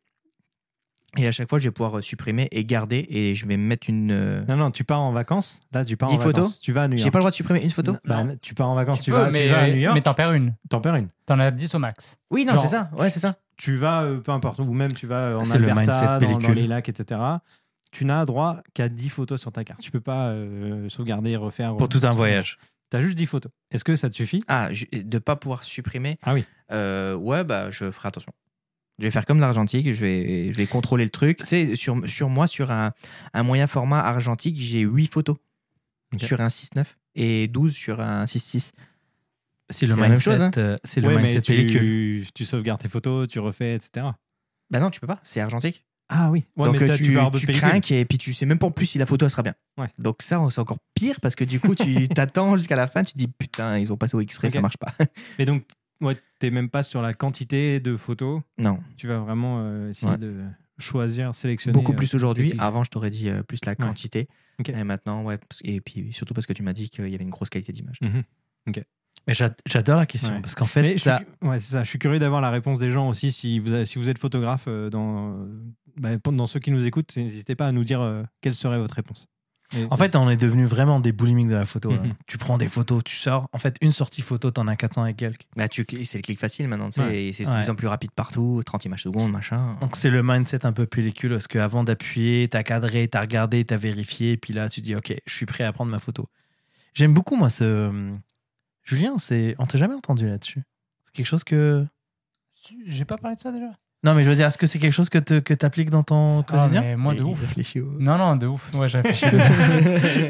C: Et à chaque fois, je vais pouvoir euh, supprimer et garder et je vais mettre une. euh,
B: Non, non, tu pars en vacances. Là, tu pars en
C: 10
B: vacances.
C: photos
B: tu vas à New
C: J'ai
B: York.
C: pas le droit de supprimer une photo
B: N- hein. bah,
C: Non.
B: n- tu pars en vacances, tu,
A: tu peux,
B: vas, tu vas à New
A: mais,
B: York,
A: mais t'en perds une.
B: t'en perds une.
A: T'en as 10 au max.
C: Oui, non,
B: Genre,
C: c'est ça. Ouais, c'est ça.
B: Tu vas euh, peu importe où, même tu vas euh, en
D: C'est le
B: Alberta,
D: mindset
B: dans, dans
D: pellicule.
B: les lacs, etc. Tu n'as droit qu'à 10 photos sur ta carte. Tu peux pas euh, sauvegarder, refaire. euh,
D: Pour tout un voyage.
B: T'as juste 10 photos. Est-ce que ça te suffit
C: Ah, ju- de pas pouvoir supprimer.
B: Ah oui.
C: Euh, ouais, bah, je ferai attention. Je vais faire comme l'argentique, je vais, je vais contrôler le truc. C'est sur, sur moi, sur un, un moyen format argentique, j'ai 8 photos
B: Ok.
C: sur un 6-9 et 12 sur un 6-6.
D: C'est le
C: C'est la même
D: mindset.
C: chose, hein.
D: euh, C'est le
B: Ouais, mais
D: mindset pellicule.
B: tu, tu sauvegardes tes photos, tu refais, etc.
C: Bah non, tu peux pas, c'est argentique.
B: Ah oui. Ouais,
C: Donc
B: mais
C: euh,
B: t'as-
C: tu,
B: vas avoir d'autres
C: tu
B: pellicules.
C: craques et puis tu sais même pas en plus si la photo elle sera bien.
B: Ouais.
C: Donc ça, c'est encore pire parce que du coup, tu t'attends jusqu'à la fin, tu te dis putain, ils ont passé au X-ray, ça
B: Ok.
C: marche pas.
B: Mais donc, ouais, t'es même pas sur la quantité de photos.
C: non,
B: Tu vas vraiment euh, essayer
C: Ouais.
B: de choisir, sélectionner.
C: beaucoup
B: euh,
C: plus aujourd'hui.
B: technique.
C: Avant, je t'aurais dit euh, plus la quantité.
B: Ok.
C: Et maintenant, ouais. parce- Et puis surtout parce que tu m'as dit qu'il y avait une grosse qualité d'image.
B: Mhm.
D: Mais j'ad- j'adore la question
B: Ouais.
D: parce qu'en
B: Mais
D: fait,
B: je
D: ça,
B: suis, cu- ouais, c'est ça. Je suis curieux d'avoir la réponse des gens aussi. Si vous, avez- si vous êtes photographe, euh, dans, euh, bah, pour- dans ceux qui nous écoutent, n'hésitez pas à nous dire euh, quelle serait votre réponse. Et-
D: en fait, on est devenu vraiment des boulimiques de la photo. là.
B: Mhm.
D: Tu prends des photos, tu sors. En fait, une sortie photo, t'en as 400 et quelques.
C: Bah, tu cli- c'est le clic facile maintenant, tu sais,
B: Ouais.
C: et c'est de
D: Ouais.
C: plus en plus rapide partout, 30 images secondes, machin.
D: Donc c'est le mindset un peu pellicule parce qu'avant d'appuyer, t'as cadré, t'as regardé, t'as vérifié, et puis là tu dis ok, je suis prêt à prendre ma photo. J'aime beaucoup moi ce Julien, c'est on t'a jamais entendu là-dessus. C'est quelque chose que
A: J'ai pas parlé de ça déjà
D: non mais je veux dire, est-ce que c'est quelque chose que te- que t'appliques dans ton quotidien
A: Ah, mais moi de
C: Et il
A: ouf.
C: réfléchit au-
A: Non, non, de ouf. Moi, j'ai réfléchi.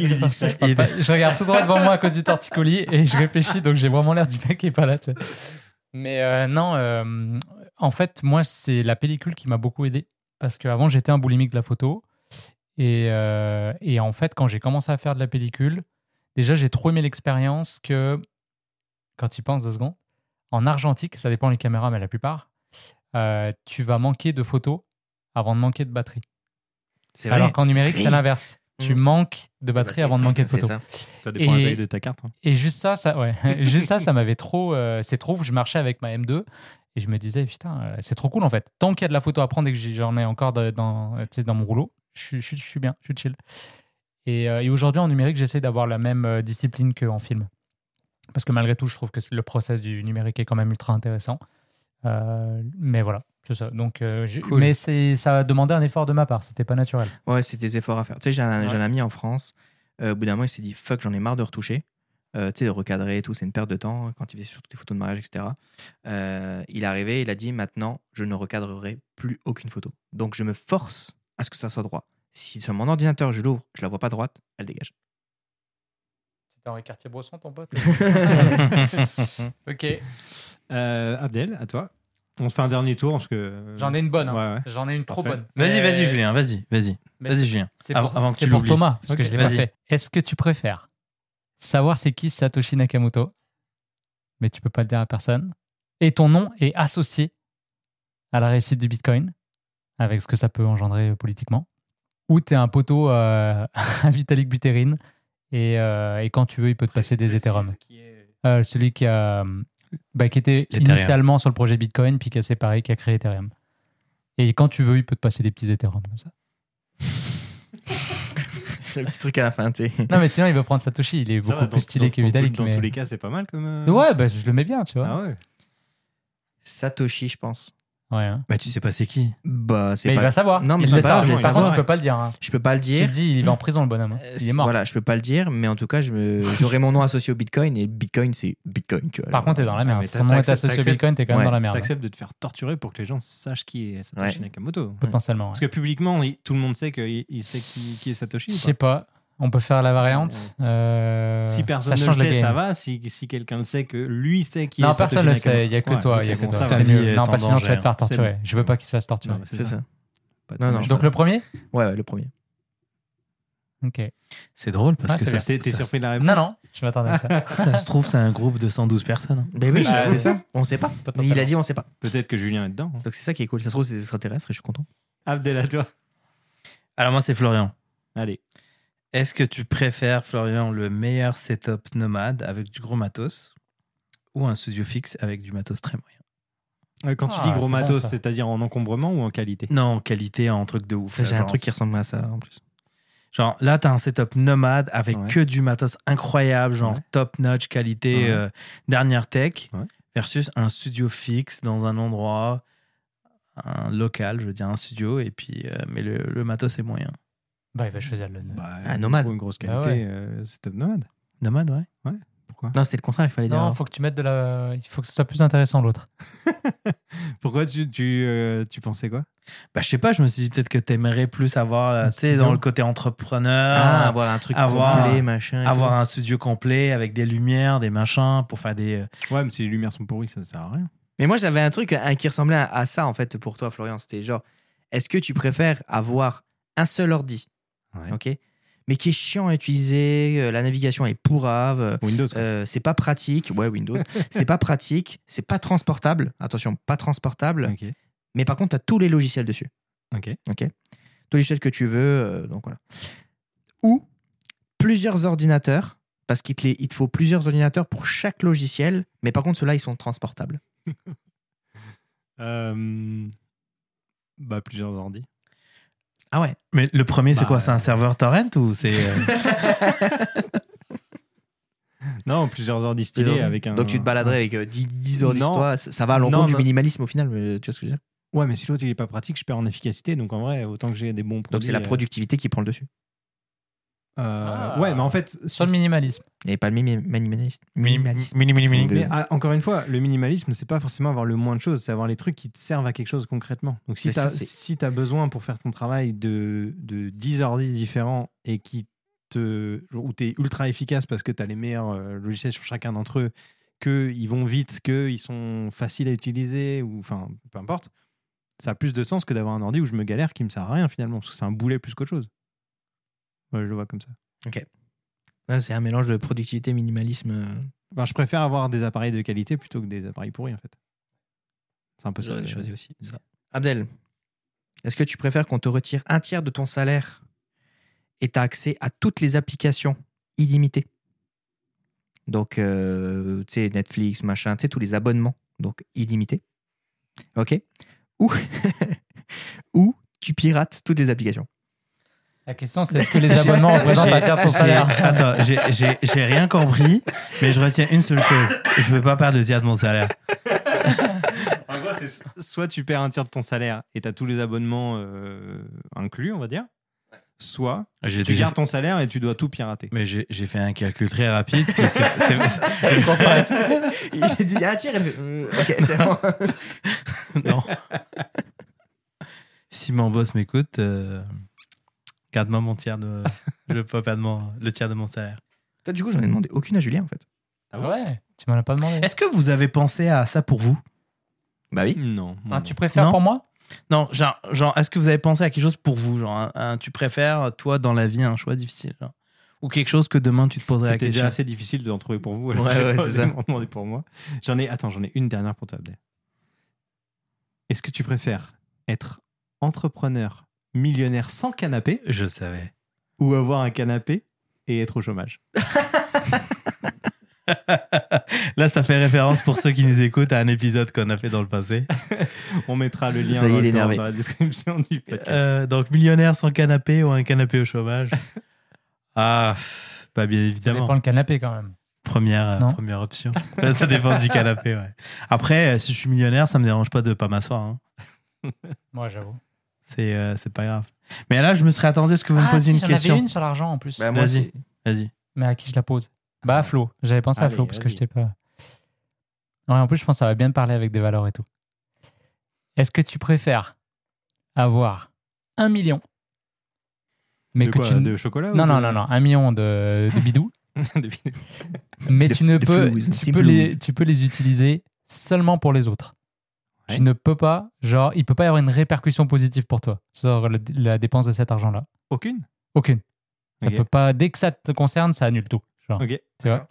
D: Il dit ça, il-
A: Je regarde tout droit devant moi à cause du torticolis et je réfléchis, donc j'ai vraiment l'air du mec qui est pas là. tu sais. Mais euh, non, euh, en fait, moi, c'est la pellicule qui m'a beaucoup aidé. Parce qu'avant, j'étais un boulimique de la photo. Et, euh, et en fait, quand j'ai commencé à faire de la pellicule, déjà, j'ai trop aimé l'expérience que, quand il pense deux secondes, en argentique, ça dépend les caméras, mais la plupart, euh, tu vas manquer de photos avant de manquer de batterie.
C: C'est vrai,
A: Alors qu'en numérique,
C: vrai.
A: c'est l'inverse. Tu
C: Mhm.
A: manques de batterie avant de manquer de
C: C'est
A: photo.
C: ça.
B: ça dépend de la
A: et-
B: taille de ta carte. hein.
A: Et juste ça, ça, ouais. juste ça, ça m'avait trop. euh, c'est trop. Je marchais avec ma M2 et je me disais, putain, euh, c'est trop cool en fait. Tant qu'il y a de la photo à prendre et que j'ai- j'en ai encore de- dans, euh, tu sais, dans mon rouleau, je, suis- je suis- je suis bien, je suis chill. Et, euh, et aujourd'hui, en numérique, j'essaie d'avoir la même euh, discipline qu'en film. Parce que malgré tout, je trouve que c'est- le process du numérique est quand même ultra intéressant. Euh, mais voilà, c'est ça. Donc, euh, j'ai-
D: Cool.
A: Mais c'est- ça a demandé un effort de ma part, c'était pas naturel.
C: Ouais, c'est des efforts à faire. Tu sais, j'ai un, j'ai
A: Ouais.
C: un ami en France, euh, au bout d'un moment, il s'est dit fuck, j'en ai marre de retoucher. Euh, tu sais, de recadrer et tout, c'est une perte de temps quand il faisait surtout des photos de mariage, etc. Euh, il est arrivé, il a dit maintenant, je ne recadrerai plus aucune photo. Donc, je me force à ce que ça soit droit. Si sur mon ordinateur, je l'ouvre, je la vois pas droite, elle dégage.
A: C'était Henri Cartier-Bresson, ton pote Ok,
B: Euh, Abdel, à toi. On se fait un dernier tour parce que. euh,
A: j'en ai une bonne. hein.
B: Ouais, ouais.
A: J'en ai une trop
B: Parfait.
A: bonne.
D: Vas-y,
A: Mais-
D: vas-y Julien, vas-y, vas-y,
A: Euh, mais
D: vas-y
A: c'est-
D: Julien.
A: C'est
D: Av-
A: pour,
D: avant que
A: c'est
D: tu
A: pour
D: l'oublies.
A: Thomas, parce
B: Ok,
A: que je l'ai pas
D: vas-y.
A: fait. Est-ce que tu préfères savoir c'est qui Satoshi Nakamoto, mais tu peux pas le dire à personne, et ton nom est associé à la réussite du Bitcoin, avec ce que ça peut engendrer euh, politiquement, ou tu es un poteau euh, à Vitalik Buterin, et, euh, et quand tu veux, il peut te passer des Ethereum. Euh, celui qui, a, bah, qui était
D: L'Ethereum.
A: initialement sur le projet Bitcoin, puis qui a séparé, qui a créé Ethereum. Et quand tu veux, il peut te passer des petits Ethereum comme ça.
C: le petit truc à la fin, tu sais.
A: Non, mais sinon, il veut prendre Satoshi. Il est
B: Ça
A: beaucoup
B: va,
A: plus
B: dans-
A: stylé
B: dans-
A: que
B: dans tous-
A: Vitalik.
B: Dans
A: mais-
B: tous les cas, c'est pas mal comme. euh,
A: Ouais, bah, je le mets bien, tu vois.
B: Ah ouais.
C: Satoshi, je pense.
A: Ouais, hein.
D: Bah tu sais pas c'est qui
C: Bah,
A: Mais
C: c'est
A: il
C: pas.
A: va savoir.
C: Non, mais
A: il
C: c'est
A: le
C: pas
A: saura. Par
C: grave, il
A: contre,
C: va savoir.
A: tu peux pas le dire. hein.
C: Je peux pas le
A: Tu le
C: dire.
A: dis, il est en prison, le bonhomme. hein.
C: Euh,
A: Il est mort.
C: Voilà, je peux pas le dire, mais en tout cas, je me- j'aurai mon nom associé au Bitcoin et Bitcoin, c'est Bitcoin, tu vois.
A: Par
C: genre.
A: contre, t'es dans la
B: Ah,
A: merde.
B: mais
A: Si ton nom est
B: t'acceptes-
A: associé au
B: t'acceptes-
A: Bitcoin, t'es quand même
C: Ouais,
A: dans la merde.
B: T'acceptes de te faire torturer pour que les gens sachent qui est Satoshi
C: Ouais.
B: Nakamoto.
A: Potentiellement. ouais.
B: Parce que publiquement, il- tout le monde sait que- il il sait qui, qui est Satoshi.
A: Je
B: ou
A: sais pas. On peut faire la variante. euh,
B: Si personne ne le
A: change
B: sait,
A: game.
B: ça va. Si, si quelqu'un le sait, que lui sait qui est
A: Non, personne ne
B: Satoshi
A: le sait. Il n'y a
B: Nakamoto.
A: que toi.
B: Ouais,
A: Il y a
B: ok,
A: que
B: bon,
A: toi.
B: ça
A: C'est
B: va.
D: Vie
A: mieux.
D: est
A: Non,
D: en
A: parce que sinon tu vas
D: danger,
A: te faire
B: hein. C'est
A: torturer.
B: bon.
A: Je veux pas qu'il se fasse torturer.
B: Non, mais
C: C'est ça.
B: Pas
C: Non, non,
B: dommage.
A: Donc le premier
C: Ouais, ouais, le premier.
A: Ok.
D: C'est drôle parce
A: Ah,
D: que
A: c'est
D: ça,
A: bien.
B: T'es t'es
D: ça-
B: surpris de la réponse
A: Non, non, je m'attendais à ça.
D: ça se trouve, c'est un groupe de 112 personnes. hein.
C: Ben oui,
B: Bah,
C: je-
B: oui.
C: c'est ça. On sait pas.
A: Potentiellement.
C: Il a dit on sait pas.
B: Peut-être que Julien est dedans. hein.
C: Donc c'est ça qui est cool. Ça se trouve, c'est des extraterrestres et je suis content.
B: Abdel, à toi.
D: Alors, moi, c'est Florian.
B: Allez.
D: Est-ce que tu préfères, Florian, le meilleur setup nomade avec du gros matos ou un studio fixe avec du matos très moyen
B: Euh, Quand tu
A: Ah,
B: dis gros
A: c'est bon,
B: matos,
A: ça.
B: c'est-à-dire en encombrement ou en qualité
D: Non, qualité, un truc de ouf.
C: Après,
D: là,
C: j'ai un
D: genre-
C: truc qui ressemble à ça en plus.
D: Genre là, t'as un setup nomade avec
B: Ouais.
D: que du matos incroyable, genre
B: Ouais.
D: top notch, qualité,
B: Ouais.
D: euh, dernière tech,
B: Ouais.
D: versus un studio fixe dans un endroit, un local, je veux dire un studio, et puis euh, mais le, le matos est moyen.
A: Bah, il va choisir le.
B: bah,
C: Ah, nomade.
B: Pour une grosse
A: Bah
B: qualité, euh, c'est top nomade.
D: Nomade, ouais.
B: Pourquoi
C: Non, c'était le contraire, il fallait dire.
A: Non, faut que tu mettes de la. Il faut que ce soit plus intéressant l'autre.
B: Pourquoi tu, tu, euh, tu pensais quoi
D: Bah je sais pas, je me suis dit peut-être que t'aimerais plus avoir, euh,
A: Un
D: tu sais,
A: studio.
D: dans le côté entrepreneur,
C: Ah, avoir un truc
D: avoir-
C: complet, machin. et
D: avoir un studio complet avec des lumières, des machins pour faire des. euh,
B: Ouais, mais si les lumières sont pourries, ça sert à rien.
C: Mais moi, j'avais un truc hein, qui ressemblait à, à ça, en fait, pour toi, Florian. C'était genre, est-ce que tu préfères avoir un seul ordi,
B: Ouais.
C: ok Mais qui est chiant à utiliser, euh, la navigation est pourrave, euh,
B: Windows. quoi.
C: euh, c'est pas pratique, ouais, Windows, c'est pas pratique, c'est pas transportable, attention, pas transportable,
B: Ok.
C: mais par contre, tu as tous les logiciels dessus,
B: Ok.
C: tous les logiciels que tu veux, euh, donc voilà. Ou plusieurs ordinateurs, parce qu'il te, les- il te faut plusieurs ordinateurs pour chaque logiciel, mais par contre, ceux-là, ils sont transportables.
B: Euh, bah, plusieurs ordi.
C: Ah ouais
D: Mais le premier, c'est
B: Bah,
D: quoi C'est un serveur torrent ou c'est euh,
B: Non, plusieurs ordi stylés
C: Plusieurs-
B: avec un.
C: Donc tu te baladerais
B: un-
C: avec euh, 10, 10 ordi
B: Non.
C: sur toi, ça, ça va à
B: Non,
C: l'encontre du
B: non.
C: minimalisme au final, mais tu vois ce que je veux dire
B: Ouais, mais si l'autre il est pas pratique, je perds en efficacité. Donc en vrai, autant que j'ai des bons produits.
C: Donc c'est la
B: euh,
C: productivité qui prend le dessus.
B: euh,
A: Ah.
B: Ouais, mais en fait.
A: Sur le minimalisme.
C: Et pas le mini- minimaliste- minimalisme.
D: mini, mini, mini.
B: Mais ah, encore une fois, le minimalisme, c'est pas forcément avoir le moins de choses, c'est avoir les trucs qui te servent à quelque chose concrètement. Donc si
C: Mais
B: tu
C: ça,
B: as,
C: c'est-
B: si as besoin pour faire ton travail de, de 10 ordis différents et qui te, où tu es ultra efficace parce que tu as les meilleurs euh, logiciels sur chacun d'entre eux, qu'ils vont vite, qu'ils sont faciles à utiliser, ou enfin, peu importe, ça a plus de sens que d'avoir un ordi où je me galère qui me sert à rien finalement, parce que c'est un boulet plus qu'autre chose. Ouais, je le vois comme ça.
C: Ouais, c'est un mélange de productivité, minimalisme. euh,
B: Enfin, je préfère avoir des appareils de qualité plutôt que des appareils pourris en fait. C'est un peu ça.
C: J'aurais
B: le-
C: choisi aussi. ça. Abdel, est-ce que tu préfères qu'on te retire un tiers de ton salaire et tu as accès à toutes les applications illimitées Donc, euh, tu sais, Netflix, machin, tu sais, tous les abonnements, donc illimités. Ok Ou, ou tu pirates toutes les applications.
A: La question, c'est est-ce que les abonnements représentent un tiers de son
D: J'ai-
A: salaire
D: Attends, j'ai- j'ai j'ai rien compris, mais je retiens une seule chose. Je veux pas perdre le tiers de mon salaire.
B: En gros, c'est soit tu perds un tiers de ton salaire et tu as tous les abonnements euh, inclus, on va dire. Soit
D: J'ai
B: tu
D: déjà-
B: gardes ton salaire et tu dois tout pirater.
D: Mais j'ai j'ai fait un calcul très rapide. puis c'est- c'est- c'est-
C: Il s'est dit un tiers, elle fait. hum, ok, c'est bon.
D: non. Si mon boss m'écoute, euh, garde-moi mon tiers de. Je veux pas perdre mon- le tiers de mon salaire.
C: Putain, Du coup, j'en ai demandé aucune à Julien, en fait.
B: Ah bon
A: Ouais, tu m'en as pas demandé.
D: Est-ce que vous avez pensé à ça pour vous
C: Bah oui.
B: Non.
A: Ah, tu préfères
D: Non.
A: pour moi
D: Non, genre, genre est-ce que vous avez pensé à quelque chose pour vous Genre, un- un- tu préfères, toi, dans la vie, un choix difficile genre Ou quelque chose que demain tu te poserais la
B: C'était
D: question
B: déjà assez difficile de en trouver pour vous.
C: Ouais,
B: j'ai
C: ouais,
B: pas
C: c'est
B: osé
C: ça.
B: m'en demander pour moi. J'en ai. Attends, j'en ai une dernière pour toi, Abdel. Est-ce que tu préfères être entrepreneur millionnaire sans canapé
D: Je savais.
B: ou avoir un canapé et être au chômage
D: Là, ça fait référence pour ceux qui nous écoutent à un épisode qu'on a fait dans le passé.
B: On mettra le
C: Ça
B: lien
C: y est,
B: dans,
C: il est
B: dans-
C: énervé.
B: dans la description du podcast.
D: Euh, donc, millionnaire sans canapé ou un canapé au chômage Ah, pff, pas bien
A: Ça
D: évidemment.
A: dépend le canapé quand même.
D: Première, euh,
A: Non.
D: première option. Bah, ça dépend du canapé, ouais. Après, euh, si je suis millionnaire, ça me dérange pas de pas m'asseoir. hein.
A: Moi, j'avoue.
D: C'est euh, c'est pas grave. Mais là, je me serais attendu à ce que vous me
A: ah,
D: posiez
A: si,
D: une
A: j'en avais
D: question.
A: une sur l'argent en plus.
C: Bah, moi,
D: Vas-y.
C: c'est-
D: Vas-y.
A: Mais à qui je la pose Bah, à Flo. J'avais pensé à
B: Allez,
A: Flo parce que
B: vas-y.
A: je t'ai pas. Ouais, en plus, je pense que ça va bien te parler avec des valeurs et tout. Est-ce que tu préfères avoir un million mais
B: de
A: que
B: quoi,
A: tu ne-
B: de chocolat ou
A: non,
B: de-
A: non, non, non, un million de, de bidous,
B: de vidéos
A: mais
C: De-
A: tu ne
C: de
A: peux,
C: flouze,
A: tu
C: c'est
A: peux,
C: flouze.
A: les, tu peux les utiliser seulement pour les autres.
B: Ouais.
A: Tu ne peux pas, genre, il peut pas y avoir une répercussion positive pour toi sur le- la dépense de cet argent-là.
B: Aucune
A: Aucune. Ça
B: Ok.
A: peut pas. Dès que ça te concerne, ça annule tout. genre,
B: Ok.
A: tu vois.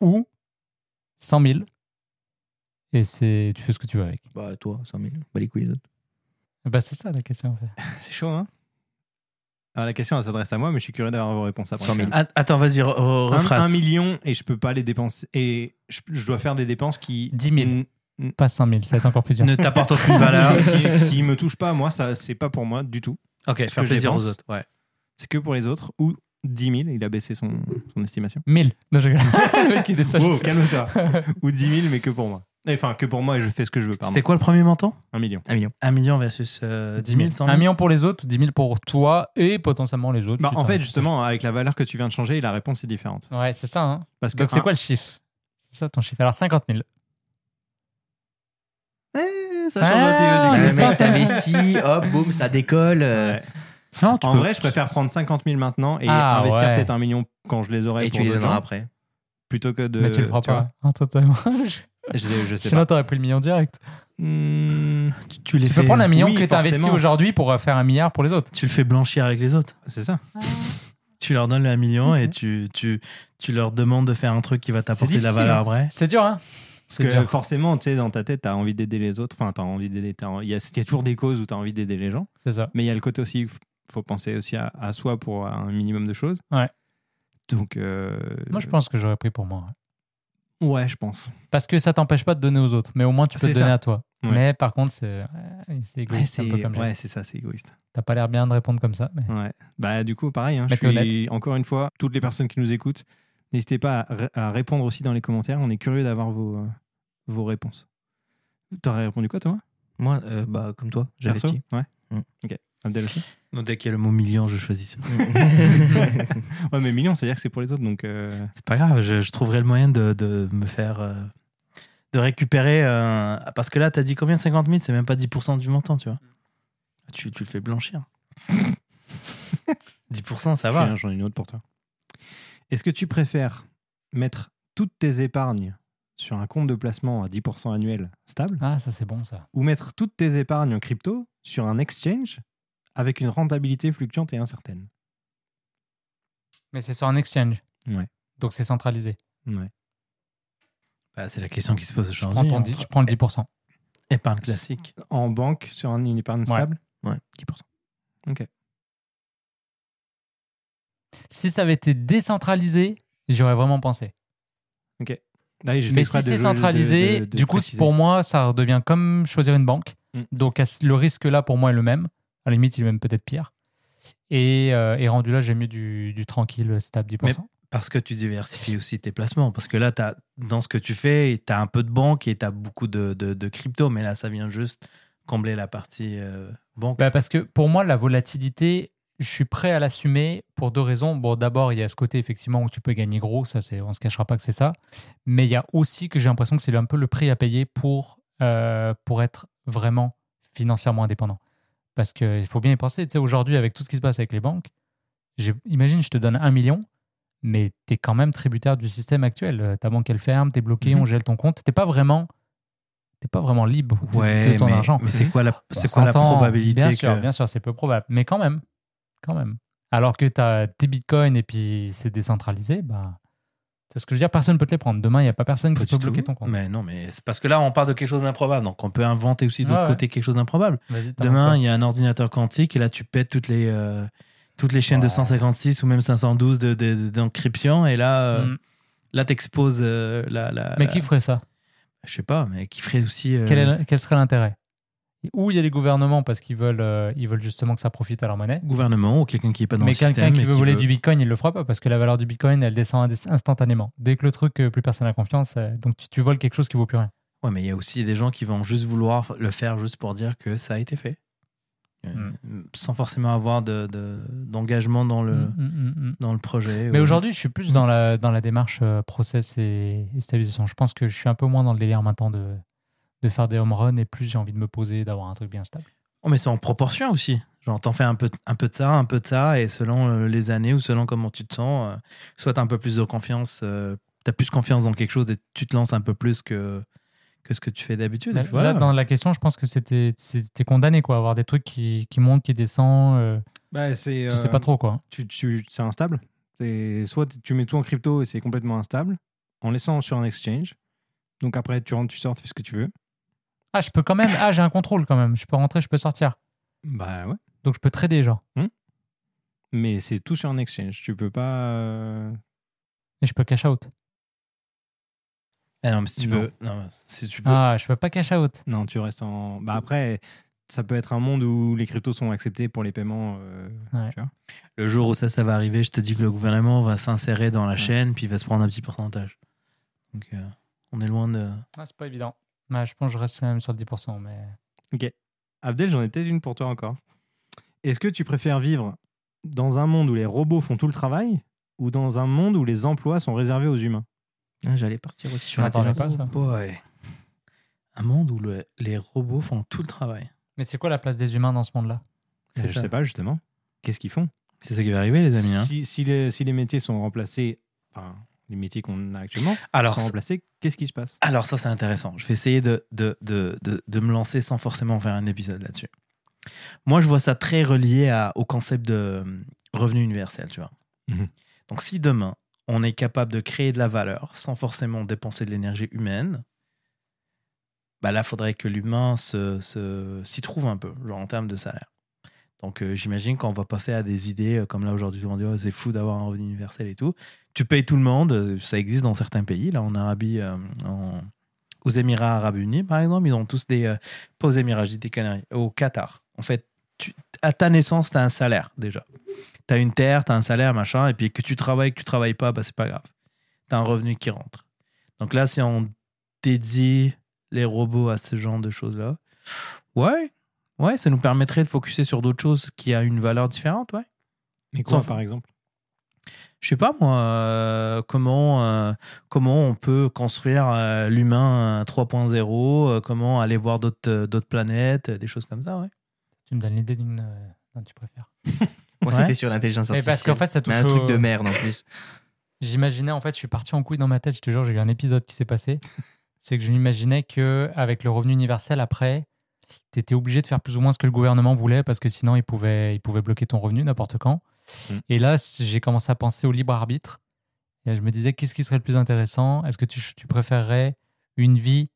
A: Ou 100 000 et c'est tu fais ce que tu veux avec.
C: Bah, toi, 100 000. Bah, les couilles, les autres.
A: Bah c'est ça la question en fait.
B: C'est chaud, hein Alors, la question, elle s'adresse à moi, mais je suis curieux d'avoir vos réponses après.
C: 100 000.
D: Att- Attends, vas-y, re- re-
B: Un, un
D: rephrase.
B: million et je peux pas les dépenser. Et je, je dois faire des dépenses qui.
A: 10 000.
B: Mm,
A: Pas 100 000, ça va être encore plus dur.
D: Ne t'apporte aucune valeur.
B: qui, qui me touchent pas, moi, ça c'est pas pour moi du tout.
D: ok,
B: que
D: faire
B: je
D: plaisir
B: dépense.
D: aux autres. Ouais.
B: C'est que pour les autres. Ou 10 000, il a baissé son, son estimation. Oh,
A: 1000. Non, je rigole. Le mec, il est sage.
B: Wow, calme-toi. Ou 10 000, mais que pour moi. Enfin, que pour moi et je fais ce que je veux, pardon.
D: C'était quoi le premier montant
B: Un million.
C: 1 million.
D: 1 million versus euh, 10 000, 100
A: Un
D: 000.
A: million pour les autres, 10 000 pour toi et potentiellement les autres.
B: Bah,
A: si
B: en
A: t'as-
B: fait, justement, avec la valeur que tu viens de changer, la réponse est différente.
A: Ouais, c'est ça. hein.
B: Parce que
A: Donc c'est
B: un-
A: quoi le chiffre C'est ça ton chiffre. Alors 50 000.
B: Eh, ça
A: Ah,
B: change un petit peu, du
A: on
B: coup.
A: est
C: Le
A: pas-
C: mec t'investit, hop, boum, ça décolle. euh,
B: Ouais.
D: Non, tu
B: en
D: peux-
B: vrai, je préfère prendre 50 000 maintenant et
A: Ah,
B: investir
A: ouais.
B: peut-être un million quand je les aurai
C: et
B: pour
C: tu les
B: d'autres
C: donneras
B: gens,
C: après.
B: plutôt que de.
A: Mais tu le feras pas.
B: Euh, vois.
A: hein, totalement.
B: Je, je sais
A: Sinon,
B: pas.
A: t'aurais pris le million direct.
B: Hmm,
D: tu, tu les
A: Tu
D: fais,
A: peux prendre un million
B: oui,
A: que t'as investi
B: forcément.
A: aujourd'hui pour euh, faire un milliard pour les autres.
D: tu le fais blanchir avec les autres.
B: c'est ça.
D: Tu leur donnes le 1 million et
A: Ok.
D: tu, tu, tu leur demandes de faire un truc qui va t'apporter de la
B: difficile,
D: valeur après.
A: C'est dur, hein
B: Parce
A: C'est
B: que
A: dur.
B: forcément, tu sais, dans ta tête, t'as envie d'aider les autres. Enfin, t'as envie d'aider. t'as en- Il y, a- il y a toujours des causes où t'as envie d'aider les gens.
A: C'est ça.
B: Mais il y a le côté aussi, f- faut penser aussi à, à soi pour un minimum de choses.
A: Ouais.
B: Donc. euh,
A: Moi, je pense que j'aurais pris pour moi.
B: Ouais, je pense.
A: Parce que ça t'empêche pas de donner aux autres, mais au moins tu peux
B: C'est
A: te donner
B: ça.
A: à toi.
B: Ouais.
A: Mais par contre, c'est ouais, c'est
B: Ouais,
A: égoïste,
B: c'est
A: un peu comme
B: ouais,
A: geste.
B: c'est ça, c'est égoïste.
A: T'as pas l'air bien de répondre comme ça. mais-
B: Ouais. Bah, du coup, pareil. hein, je
A: Mais t'es
B: suis, encore une fois, toutes les personnes qui nous écoutent, n'hésitez pas à, ré- à répondre aussi dans les commentaires. On est curieux d'avoir vos, euh, vos réponses. T'aurais répondu quoi, Thomas
C: Moi, euh, bah, comme toi,
B: Perso
C: j'investis.
B: Ouais.
C: Mm.
B: Ok. Abdel aussi
D: dès qu'il y a le mot million, je choisis ça.
B: Ouais, mais million, c'est-à-dire que c'est pour les autres. Donc, euh,
D: C'est pas grave, je, je trouverai le moyen de, de me faire. euh, de récupérer. euh, parce que là, t'as dit combien 50 000 C'est même pas 10% du montant, tu vois. Tu, tu le fais blanchir. 10%, ça va.
B: tiens, j'en ai une autre pour toi. Est-ce que tu préfères mettre toutes tes épargnes sur un compte de placement à 10% annuel stable
A: Ah, ça, c'est bon, ça.
B: ou mettre toutes tes épargnes en crypto sur un exchange avec une rentabilité fluctuante et incertaine
A: Mais c'est sur un exchange.
B: Ouais.
A: Donc c'est centralisé.
B: Ouais.
D: Bah, c'est la question qui se pose
A: Tu prends,
D: aujourd'hui.
A: ton
D: hein,
A: dix-
D: entre
A: tu prends le 10%.
D: Épargne classique.
B: En banque, sur un- une épargne stable
C: Ouais, 10%.
A: Si ça avait été décentralisé, j'aurais vraiment pensé.
B: Là, j'ai fait
A: Mais
B: exprès
A: si
B: de-
A: c'est
B: de-
A: centralisé,
B: de- de
A: du coup,
B: préciser.
A: pour moi, ça redevient comme choisir une banque.
B: Mm.
A: Donc à ce- le risque là, pour moi, est le même. À la limite, il est même peut-être pire. Et, euh, et rendu là, j'ai mieux du, du tranquille stable 10%.
D: Parce que tu diversifies aussi tes placements. Parce que là, t'as- dans ce que tu fais, tu as un peu de banque et tu as beaucoup de, de- de crypto. Mais là, ça vient juste combler la partie euh, banque.
A: Bah, parce que pour moi, la volatilité, je suis prêt à l'assumer pour deux raisons. Bon, d'abord, il y a ce côté effectivement où tu peux gagner gros, ça, c'est, on ne se cachera pas que c'est ça. Mais il y a aussi que j'ai l'impression que c'est un peu le prix à payer pour, euh, pour être vraiment financièrement indépendant. Parce qu'il faut bien y penser, tu sais, aujourd'hui, avec tout ce qui se passe avec les banques, j'ai- imagine, je te donne un million, mais tu es quand même tributaire du système actuel. Euh, Ta banque, elle ferme, tu es bloqué,
D: Mhm.
A: on gèle ton compte. Tu pas vraiment. T'es pas vraiment libre de- de ton
D: mais,
A: argent.
D: mais c'est quoi la, c'est
A: Bah,
D: quoi la
A: 100,
D: probabilité
A: Bien
D: que-
A: sûr, bien sûr, c'est peu probable. Mais quand même, quand même. Alors que tu as tes bitcoins et puis c'est décentralisé, bah, c'est ce que je veux dire, personne ne peut te les prendre. Demain, il n'y a pas personne
D: Pas
A: qui
D: du
A: peut
D: tout.
A: bloquer ton compte.
D: Mais non, mais c'est parce que là, on part de quelque chose d'improbable. Donc, on peut inventer aussi de l'autre
A: Ouais, ouais.
D: côté quelque chose d'improbable.
A: Vas-y, t'as
D: Demain,
A: encore.
D: il y a un ordinateur quantique et là, tu pètes toutes les, euh, toutes les chaînes de
A: Ouais.
D: 156 ou même 512 de- de- de- d'encryption. et là, euh,
A: Mm.
D: là t'exposes euh, la, la-
A: Mais
D: la-
A: qui ferait ça
D: Je sais pas, mais qui ferait aussi. euh,
A: quel, est le- quel serait l'intérêt Ou il y a les gouvernements parce qu'ils veulent, euh, ils veulent justement que ça profite à leur monnaie.
D: gouvernement ou quelqu'un qui est pas dans
A: Mais
D: le système.
A: quelqu'un qui
D: et
A: veut voler du bitcoin, il le fera pas parce que la valeur du bitcoin, elle descend indé- instantanément. Dès que le truc, euh, plus personne n'a confiance, euh, donc tu, tu voles quelque chose qui vaut plus rien.
D: Ouais, mais il y a aussi des gens qui vont juste vouloir le faire juste pour dire que ça a été fait. Euh, Sans forcément avoir de- de- d'engagement dans, le,
A: Mm, mm, mm, mm.
D: dans le projet.
A: Mais
D: ou-
A: aujourd'hui, je suis plus dans la, dans la démarche euh, process et, et stabilisation. Je pense que je suis un peu moins dans le délire maintenant de, de faire des home runs et plus j'ai envie de me poser, d'avoir un truc bien stable.
D: Oh, mais c'est en proportion aussi. Genre, t'en fais un peu, un peu de ça, un peu de ça, et selon euh, les années ou selon comment tu te sens, euh, soit t'as un peu plus de confiance, euh, t'as plus confiance dans quelque chose et tu te lances un peu plus que, que ce que tu fais d'habitude. et
A: Là,
D: puis voilà.
A: là, dans la question, je pense que c'était c'était condamné, quoi. Avoir des trucs qui, qui montent, qui descendent. euh,
B: Bah, c'est.
A: Tu sais
B: euh,
A: pas trop, quoi.
B: tu, tu- c'est instable. C'est- Soit t- tu mets tout en crypto et c'est complètement instable, en laissant sur un exchange. Donc après, tu rentres, tu sors, tu fais ce que tu veux.
A: Ah, je peux quand même. Ah, j'ai un contrôle quand même. Je peux rentrer, je peux sortir.
B: Bah ouais.
A: Donc, je peux trader, genre.
B: Mais c'est tout sur un exchange. Tu peux pas. euh,
A: Et je peux cash out.
D: Ah non, mais si tu
B: Non.
D: peux. non, mais si tu peux.
A: Ah, je peux pas cash out.
B: Non, tu restes en. Bah après, ça peut être un monde où les cryptos sont acceptés pour les paiements. euh,
D: Le jour où ça, ça va arriver, je te dis que le gouvernement va s'insérer dans la chaîne, puis il va se prendre un petit pourcentage. Donc, euh, on est loin de.
A: Ah, c'est pas évident. Ouais, je pense que je reste quand même sur le 10%. Mais...
B: Abdel, j'en ai peut-être une pour toi encore. Est-ce que tu préfères vivre dans un monde où les robots font tout le travail ou dans un monde où les emplois sont réservés aux humains
C: Ah, J'allais partir aussi sur
A: Je m'attendais
C: l'intelligence.
A: pas à ça.
D: Boy. Un monde où le- les robots font tout le travail.
A: Mais c'est quoi la place des humains dans ce monde-là
D: C'est
B: Euh, Je
D: ça.
B: sais pas justement. Qu'est-ce qu'ils font
D: C'est ça qui va arriver, les amis. hein.
B: si, si les, si les métiers sont remplacés, enfin, les métiers qu'on a actuellement
D: Alors,
B: sont
D: ça-
B: remplacés, qu'est-ce qui se passe
D: alors, ça, c'est intéressant. Je vais essayer de, de, de, de, de me lancer sans forcément faire un épisode là-dessus. Moi, je vois ça très relié à- au concept de euh, revenu universel, tu vois.
B: Mhm.
D: Donc, si demain, on est capable de créer de la valeur sans forcément dépenser de l'énergie humaine, bah là, faudrait que l'humain se- se- s'y trouve un peu, genre en termes de salaire. Donc, euh, j'imagine qu'on va passer à des idées euh, comme là aujourd'hui, on dit Oh, c'est fou d'avoir un revenu universel et tout. Tu payes tout le monde, euh, ça existe dans certains pays, là en Arabie, euh, en- aux Émirats Arabes Unis par exemple, ils ont tous des. euh, pas aux Émirats, je dis des Canaries, au Qatar. En fait, tu- à ta naissance, tu as un salaire déjà. Tu as une terre, tu as un salaire, machin, et puis que tu travailles, que tu travailles pas, bah, c'est pas grave. Tu as un revenu qui rentre. Donc là, si on dédie les robots à ce genre de choses-là, ouais, ouais, ça nous permettrait de focuser sur d'autres choses qui a une valeur différente, ouais.
B: Mais
D: quoi,
B: quoi, par exemple
D: Je sais pas moi, euh, comment, euh, comment on peut construire euh, l'humain euh, 3.0, euh, comment aller voir d'autres euh, d'autres planètes, euh, des choses comme ça, ouais.
A: Tu me donnes l'idée d'une. euh, non, tu préfères.
C: Moi,
D: Ouais.
C: c'était sur l'intelligence
A: Mais
C: artificielle.
A: parce qu'en fait, ça touche.
C: Mais un truc
A: au-
C: de merde en plus.
A: J'imaginais, en fait, je suis parti en couille dans ma tête. Je te jure, j'ai eu un épisode qui s'est passé. C'est que je m'imaginais que avec le revenu universel, après, tu étais obligé de faire plus ou moins ce que le gouvernement voulait parce que sinon, il pouvait, il pouvait bloquer ton revenu n'importe quand.
B: Mm.
A: Et là, c- j'ai commencé à penser au libre arbitre. Et je me disais, qu'est-ce qui serait le plus intéressant Est-ce que tu, tu préférerais une vie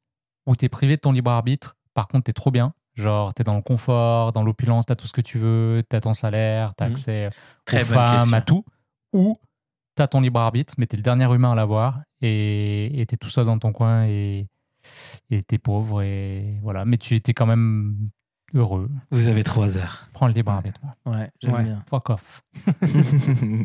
A: où tu es privé de ton libre arbitre Par contre, tu es trop bien. Genre, tu es dans le confort, dans l'opulence, tu as tout ce que tu veux, tu as ton salaire, tu as
B: Mm.
A: accès
D: Très
A: aux
D: bonne
A: femmes,
D: question.
A: à tout. Ou t'as ton libre arbitre, mais t'es le dernier humain à l'avoir et et t'es tout seul dans ton coin et et t'es pauvre et voilà. Mais tu étais quand même heureux.
D: Vous avez trois heures.
A: Prends le libre arbitre. moi.
D: Ouais, j'aime
B: Ouais.
D: bien.
A: Fuck off.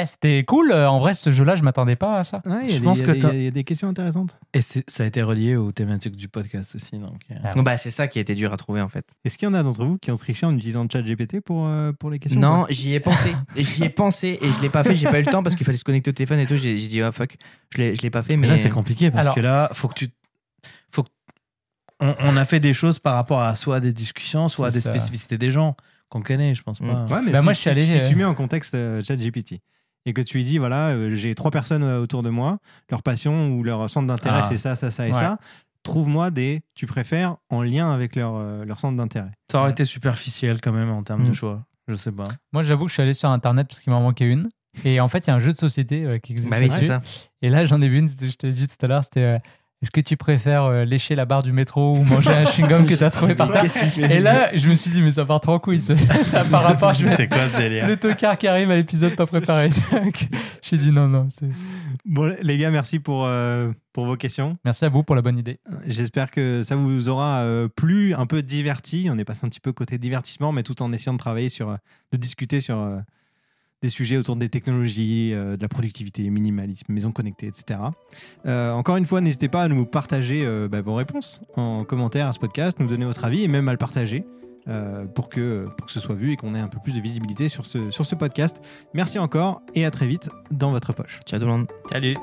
A: Eh, c'était cool. euh, En vrai, ce jeu-là, je m'attendais pas à ça.
D: je pense que t'as-
B: il y, a des questions intéressantes.
D: Et c'est- ça a été relié aux thématiques du podcast aussi, donc. euh,
A: Ah.
C: bah, c'est ça qui a été dur à trouver en fait.
B: Est-ce qu'il y en a d'entre vous qui ont triché en utilisant ChatGPT pour, euh, pour les questions
C: Non, j'y ai pensé. J'y ai pensé et je l'ai pas fait. J'ai pas eu le temps parce qu'il fallait se connecter au téléphone et tout. J'ai j'ai dit, ah fuck, je l'ai je l'ai pas fait.
D: Mais
C: Mais,
D: là, c'est compliqué parce
A: Alors-
D: que là, faut que tu. Faut que- On, on a fait des choses par rapport à soit des discussions, soit à
A: C'est
D: des
A: ça.
D: spécificités des gens qu'on connaît, je pense
C: Mm.
D: pas.
B: Ouais, mais
A: Bah,
B: si,
A: moi, je suis
B: si-
A: allé,
B: si
A: euh,
B: tu mets en contexte euh, ChatGPT et que tu lui dis, voilà, euh, j'ai trois personnes euh, autour de moi, leur passion ou leur centre d'intérêt,
D: Ah.
B: c'est ça, ça, ça et
A: Ouais.
B: ça. Trouve-moi des tu préfères en lien avec leur, euh, leur centre d'intérêt.
D: Ça aurait été superficiel quand même en termes de
C: Mm.
D: choix. Je sais pas.
A: Moi, j'avoue que je suis allé sur internet parce qu'il m'en manquait une. Et en fait, il y a un jeu de société euh, qui existe.
C: Bah oui,
A: là-dessus.
C: c'est ça.
A: Et là, j'en ai vu une. c'était- Je t'ai dit tout à l'heure, c'était. euh, Est-ce que tu préfères euh, lécher la barre du métro ou manger un chewing-gum que t'as trouvé par terre
C: Qu'est-ce qu'il fait
A: Et là, je me suis dit, mais ça part trop en couille. Ça, ça part à part. Oh, Je vais-
D: quoi le délire
A: le tocard qui arrive à l'épisode pas préparé. Donc, J'ai dit non, non. c'est-
B: Bon, les gars, merci pour, euh, pour vos questions.
A: Merci à vous pour la bonne idée.
B: J'espère que ça vous aura euh, plu, un peu diverti. On est passé un petit peu côté divertissement, mais tout en essayant de travailler sur, euh, de discuter sur euh, des sujets autour des technologies, euh, de la productivité, minimalisme, maison connectée, etc. Euh, encore une fois, n'hésitez pas à nous partager euh, bah, vos réponses en commentaire à ce podcast, nous donner votre avis et même à le partager. euh, pour, que, pour que ce soit vu et qu'on ait un peu plus de visibilité sur ce, sur ce podcast. Merci encore et à très vite dans votre poche.
C: Ciao tout le monde.
D: Salut